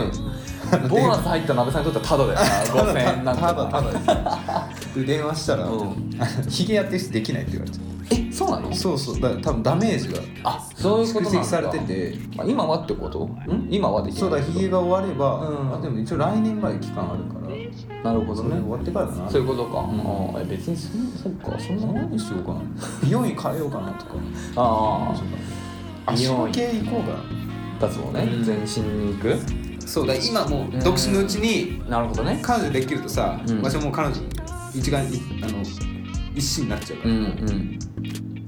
S2: ーナス入った鍋さんにとってはタダだよな5000円なん
S1: た
S2: か
S1: だただですで電話したら
S2: う
S1: 「ひげやってる人できない」って言われちゃう
S2: えそうなの
S1: そうそうだから多分ダメージが
S2: あそういうこと
S1: 蓄
S2: なんだ
S1: 積されてて
S2: あ今はってことん今はできない
S1: そうだひげが終われば、
S2: うん
S1: あでも一応来年まで期間あるから
S2: なるほど
S1: それ終
S2: ね
S1: わってからだな
S2: そういうことか、
S1: ん
S2: ああえ別にそんそっかそんなもん
S1: 何しようかな美容院変えようかなとか
S2: ああ
S1: 足の系行こうか
S2: あ脱毛ね、
S1: うん
S2: 全身に行く
S1: なそうだ今もう
S2: 独
S1: 独
S2: 身
S1: 身
S2: の
S1: の
S2: う
S1: う
S2: ち
S1: ちに
S2: なるほどね
S1: 彼女できるとさ、
S2: うん
S1: 私はもう彼女一概にあの一心になっちゃうか
S2: うん
S1: ら、
S2: うん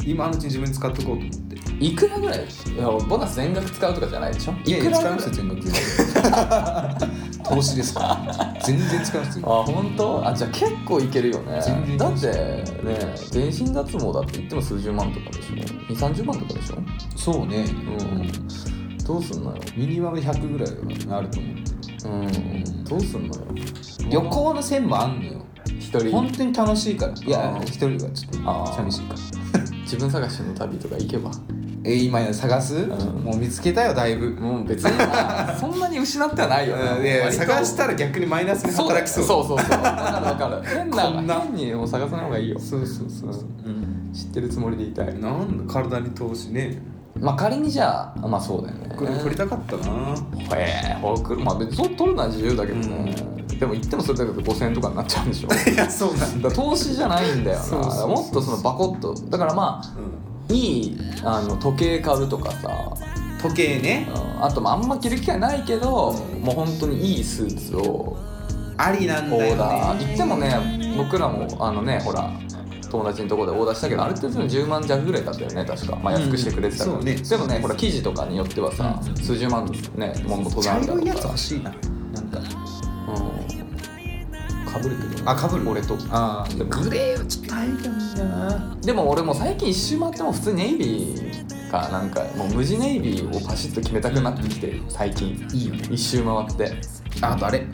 S1: 今のうちに自分に使っとこうと思って
S2: いくらぐらいいやボーナス全額使うとかじゃないでしょ
S1: いやいや
S2: く
S1: 使
S2: ら
S1: う
S2: ぐら
S1: 人全額 投資ですから全然使う人全額
S2: あ本当あじゃあ結構いけるよね
S1: 全然いけ
S2: だ
S1: ま
S2: っ
S1: す
S2: てね全身脱毛だって言っても数十万とかでしょ2三3 0万とかでしょ
S1: そうね、
S2: うんどうすんのよ
S1: ミニマム100ぐらいはあると思って
S2: うんどうすんのよ
S1: 旅行の線もあんのよ
S2: 一人
S1: 本当に楽しいからいや
S2: あー
S1: 一人はちょっ
S2: あ
S1: と
S2: ー
S1: 寂しいから
S2: 自分探しの旅とか行けば
S1: え今や探す、
S2: ん
S1: もう見つけたよだいぶ、うん
S2: もう別にまあ そんなに失ってはないよ
S1: いやい
S2: ね
S1: や探した
S2: ら
S1: ら逆にマイナスに働きそう
S2: そうそうそう 分かる分かる変
S1: こん
S2: な
S1: な
S2: 変にもう探さない方がいいよ
S1: そうそうそうそう、うん、
S2: 知ってるつもりでいたい
S1: なんだ体に投資ね
S2: まあ仮にじゃあまあそうだよね
S1: これ取りたかったな、
S2: へえフォークまあ別にそう取るのは自由だけどね、でも行ってもそれだけで5000円とかになっちゃうんでしょだ か
S1: いやそうなんだ、
S2: ら投資じゃないんだよな
S1: そうそうそう
S2: もっとそのバコッとだからまあ
S1: うん、
S2: いいあの時計買うとかさ
S1: 時計ね
S2: うんあとまああんま着る機会ないけどもう本当にいいスーツを
S1: ありなん
S2: オ
S1: だよね
S2: ーダー行ってもね僕らもあのねほら友達のところでオーダーしたけどあれってでも10万弱ぐらいだったよね確か、まあ、安くしてくれてたから、
S1: うんそうね
S2: でもねほら記事とかによってはさ、
S1: うん
S2: 数十万のねもんも登
S1: 茶
S2: 山
S1: 色いやつ欲しいななんか
S2: かぶるけど
S1: あ被る
S2: 俺と
S1: あ
S2: ー
S1: グレーはちょっとありなんだよな
S2: でも俺もう最近一周回っても普通ネイビーかなんかもう無地ネイビーをパシッと決めたくなってきて最近
S1: いいよね
S2: 一周回って
S1: ああとあれ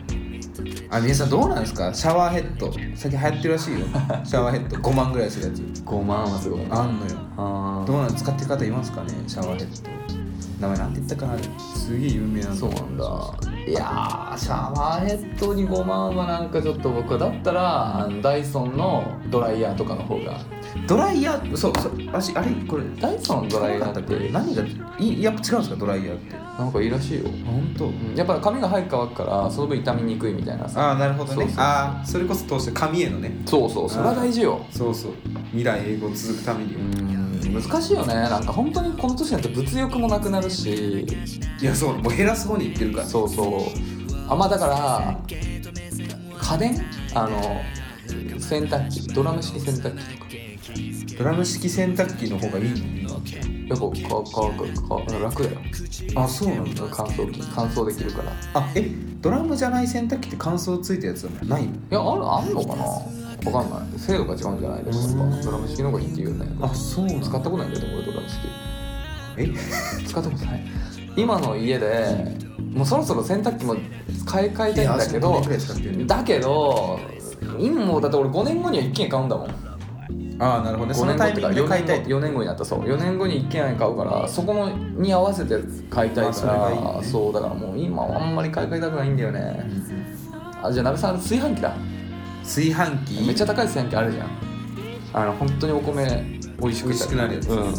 S1: あ皆さんどうなんですかシャワーヘッド最近流行ってるらしい よシャワーヘッド5万ぐらいするやつ
S2: 5万はすごいな
S1: あんのよ
S2: あ
S1: どうなん使ってる方いますかねシャワーヘッド名前なんて言ったかなすげえ有名な
S2: ー
S1: の
S2: そうなんだいやーシャワーヘッドに5万はなんかちょっと僕はだったらあのダイソンのドライヤーとかの方が
S1: ドライヤーそうそう私あれこれ
S2: ダイソンのドライヤーっ
S1: これ
S2: て
S1: 何がいやっぱ違うんですかドライヤーって
S2: なんかいいらしいよ
S1: 本当
S2: うんやっぱ髪が早く乾くからその分傷みにくいみたいなさ
S1: ああなるほど
S2: そう
S1: ね
S2: そう
S1: ああそれこそ通して紙へのね
S2: そうそうそれは大事よ
S1: そうそう未来英語続くために
S2: うん難しいよねなんか本当にこの年になって物欲もなくなるし
S1: いやそうもう減らす方にいってるから
S2: そうそうあまあだから家電あの洗濯機ドラム式洗濯機とか
S1: ドラム式洗濯機の方がいいの
S2: やっぱ乾く乾く楽だよ
S1: あそうなんだ
S2: 乾燥機乾燥できるからい
S1: あえドラムじゃない洗濯機って乾燥ついたやつはないの
S2: やあるあんのかなわかんない精度が違うんじゃないでもやっぱドラム式の方がいいって言うよね
S1: そうなん
S2: 使ったことないんだけど俺ドラム式
S1: え
S2: 使ったことない今の家でもうそろそろ洗濯機も買い替えたいんだけ
S1: いやそん
S2: ど
S1: なことないくらい使ってるね
S2: だけど今もうだって俺5年後には1軒買うんだもん5
S1: ああなるほどねその
S2: 年
S1: タ
S2: 後
S1: イ
S2: って
S1: ミ
S2: か
S1: ングで買い
S2: 4
S1: たい
S2: 年後4年後になったそう4年後に1軒買うからそこのに合わせて買いた
S1: ま
S2: いから、
S1: あそれがいいよね
S2: そうだからもう今はあんまり買い替えたくないんだよねあじゃあ鍋さん炊飯器だ
S1: 炊飯器
S2: めっちゃ高い炊飯器あるじゃんあの本当にお米美味しく
S1: 美味しくなるやつ
S2: うん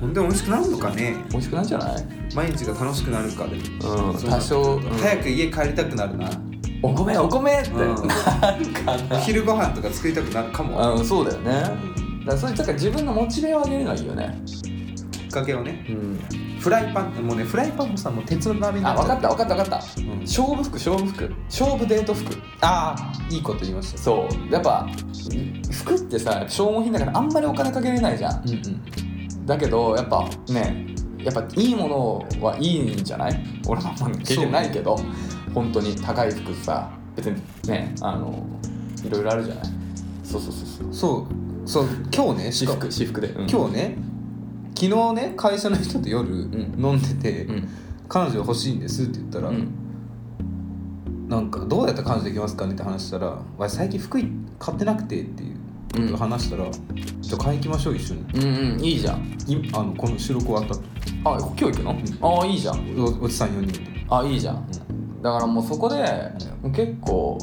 S1: ほんで美味しくなるのかね
S2: 美味しくなるんじゃない
S1: 毎日が楽しくなるかで
S2: うん
S1: そうな
S2: 多
S1: んだ
S2: 少、うん
S1: 早く家帰りたくなるな
S2: お米お米って、
S1: うん
S2: なんか
S1: お昼ご飯とか作りたくなるかも
S2: なうんそうだよねだからそういうだから自分のモチベを上げるのはいいよね
S1: きっかけをね
S2: うん
S1: フライパンもうねフライパンもさもう鉄の鍋にな
S2: あ
S1: っちゃう
S2: 分かった分かった分かった、
S1: うん
S2: 勝負服勝負服勝負デート服
S1: ああいいこと言いまし
S2: そうやっぱ服ってさ消耗品だからあんまりお金かけれないじゃん
S1: たうんうん
S2: だけどやっぱねやっぱいいものはいいんじゃない俺もあんま経験ないけど、本当に高い服さ別にねあのいろいろあるじゃないそうそうそうそう
S1: そうそう今日ねし
S2: 私
S1: か
S2: 服私服で、うん
S1: 今日ね昨日ね会社の人と夜
S2: ん
S1: 飲んでて、
S2: うん
S1: 彼女欲しいんですって言ったら、
S2: うん
S1: なんかどうやったら彼女できますかねって話したら「わし最近服買ってなくて」っていうことを話したら「じゃあ買いに行きましょう一緒に
S2: うんうんいいじゃん」
S1: いあのこの収録終わった後
S2: あ今日行くの、ああいいじゃん
S1: おおじさん4人で
S2: あいいじゃん、だからもうそこで結構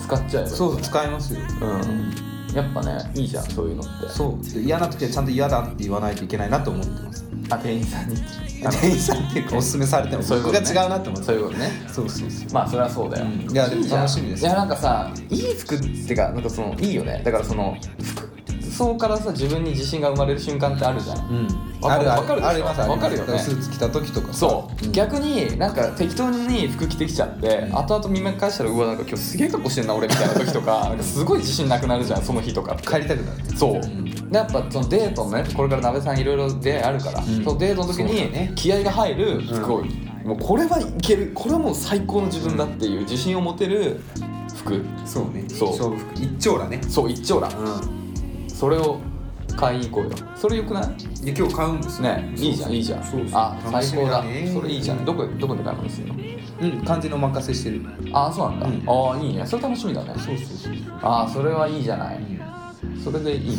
S2: 使っちゃえばいい
S1: そうそう使えますよ
S2: うんやっぱねいいじゃんそういうのって
S1: そうで嫌な時はちゃんと嫌だって言わないといけないなと思ってます
S2: あ店員さんにあの
S1: 店員さんっていうかおすすめされても
S2: そういうこ
S1: 僕が
S2: とね
S1: 違うなって思って
S2: そういうことね
S1: そうそうそう
S2: まあそれはそうだよ、
S1: うんいやでも
S2: じゃん
S1: 楽しみです
S2: いやなんかさいい服ってかなんかそのいいよねだからその服想からさ自分に自信が生まれる瞬間ってあるじゃん
S1: うん
S2: わかる
S1: あ
S2: わかるでしょ
S1: ありますあります
S2: わかるよね
S1: スーツ着た時とかさ
S2: そう、
S1: ん
S2: 逆になんか適当に服着てきちゃって、
S1: ん
S2: 後々見返したらうわなんか今日すげえ格好してんな俺みたいな時とかなんかすごい自信なくなるじゃんその日とかって
S1: 帰りたくなる
S2: そう、
S1: ん
S2: でやっぱそのデートのねこれから鍋さんいろいろ出会いあるから、
S1: ん
S2: そのデートの時
S1: そうだね
S2: に気合が入る服を、もうこれはいけるこれはもう最高の自分だっていう自信を持てる服
S1: そうね
S2: そう
S1: 勝負服一丁羅ね
S2: そう一丁羅
S1: う
S2: それを買いに行こうよそれよくない
S1: んで今日買うんですよ
S2: ねいいじゃんいいじゃん
S1: そうそう
S2: あ
S1: 楽し
S2: 最
S1: み
S2: 高だ
S1: ね
S2: それいいじゃんどこどこで買い物するの
S1: うん感じのお任せしてる
S2: ああそうなんだ、
S1: うん
S2: ああいいねそれ楽しみだね
S1: そうそうそう
S2: ああそれはいいじゃないそれでいいね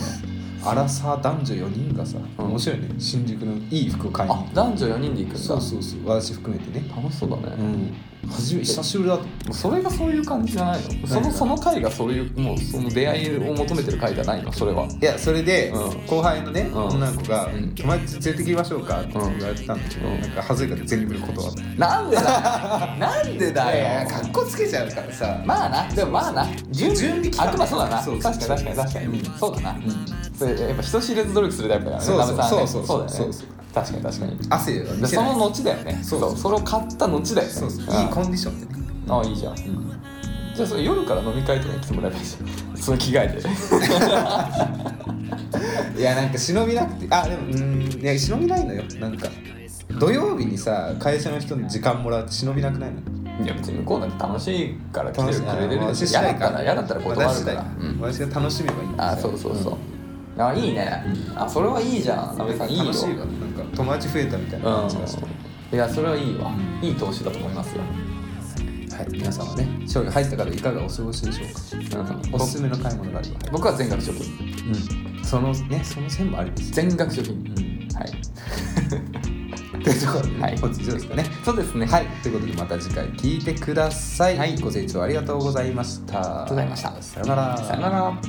S1: アラサー男女4人がさ
S2: うん
S1: 面白いね新宿のいい服を買いに行
S2: あ
S1: く
S2: 男女4人で行くんだ
S1: そうそうそう私含めてね
S2: 楽しそうだね、も
S1: ん初め久しぶりだと
S2: うそれがそういう感じじゃないのそ
S1: 何
S2: の
S1: が
S2: その回がそういうもうその出会いを求めてる回じゃないのそれはい
S1: やそれで、
S2: うん
S1: 後輩のね、
S2: ん
S1: 女の子が
S2: うん
S1: 「お前連れてきましょうか」って言われてたんだけど、
S2: うん
S1: なんか恥ずいから全部断った
S2: なんでだなんでだよ
S1: っこつけちゃうからさ
S2: まあなでもまあな準
S1: 準備期間
S2: あくまそうだな
S1: そう
S2: 確
S1: そ
S2: か
S1: う
S2: に確かに確かに
S1: うん
S2: そうだなそれやっぱ人知れず努力するタイプだからね
S1: そうそう
S2: ダメさんね
S1: そうそう
S2: そ
S1: そう
S2: うだよね
S1: そう
S2: 確かに確かに
S1: 汗は見
S2: で
S1: せ
S2: そ
S1: ない
S2: の後だよね
S1: そう
S2: そうそれを買った後だよね
S1: そうそういい
S2: ああ
S1: コンディションでね
S2: ああいいじゃん、じゃあそれ夜から飲み会とかに来てもらえばいいじ ゃんその着替えて
S1: いやなんか忍びなくてあでもうんいや忍びないのよなんか土曜日にさ会社の人に時間もらって忍びなくないの
S2: いや別に向こうだって楽しいから来てるくれてる
S1: 私
S2: し
S1: 次
S2: 嫌
S1: 第
S2: だったら嫌だったら断
S1: 私
S2: る
S1: 次
S2: か
S1: 第
S2: ら、うん、
S1: 私が楽しめばいいんですよ
S2: ああそうそうそう、ああいいねあそれはいいじゃん阿部さんいいよ
S1: 楽しいわなんか友達増えたみたいな感じがして、
S2: うんいやそれはいいわいい投資だと思いますよ、
S1: はい皆さんはね商品入ったからいかがお過ごしでしょうか
S2: うん、
S1: おすすめの買い物があれば、
S2: 僕は全額貯金
S1: うん、そのねその線もあり ます
S2: 全額貯金、はい
S1: というと ころで、
S2: はい
S1: 本日以上ですかね
S2: そうですね
S1: はいということでまた次回聞いてください、
S2: はい
S1: ご清聴ありがとうございましたありが
S2: とうございました
S1: さよなら
S2: さよなら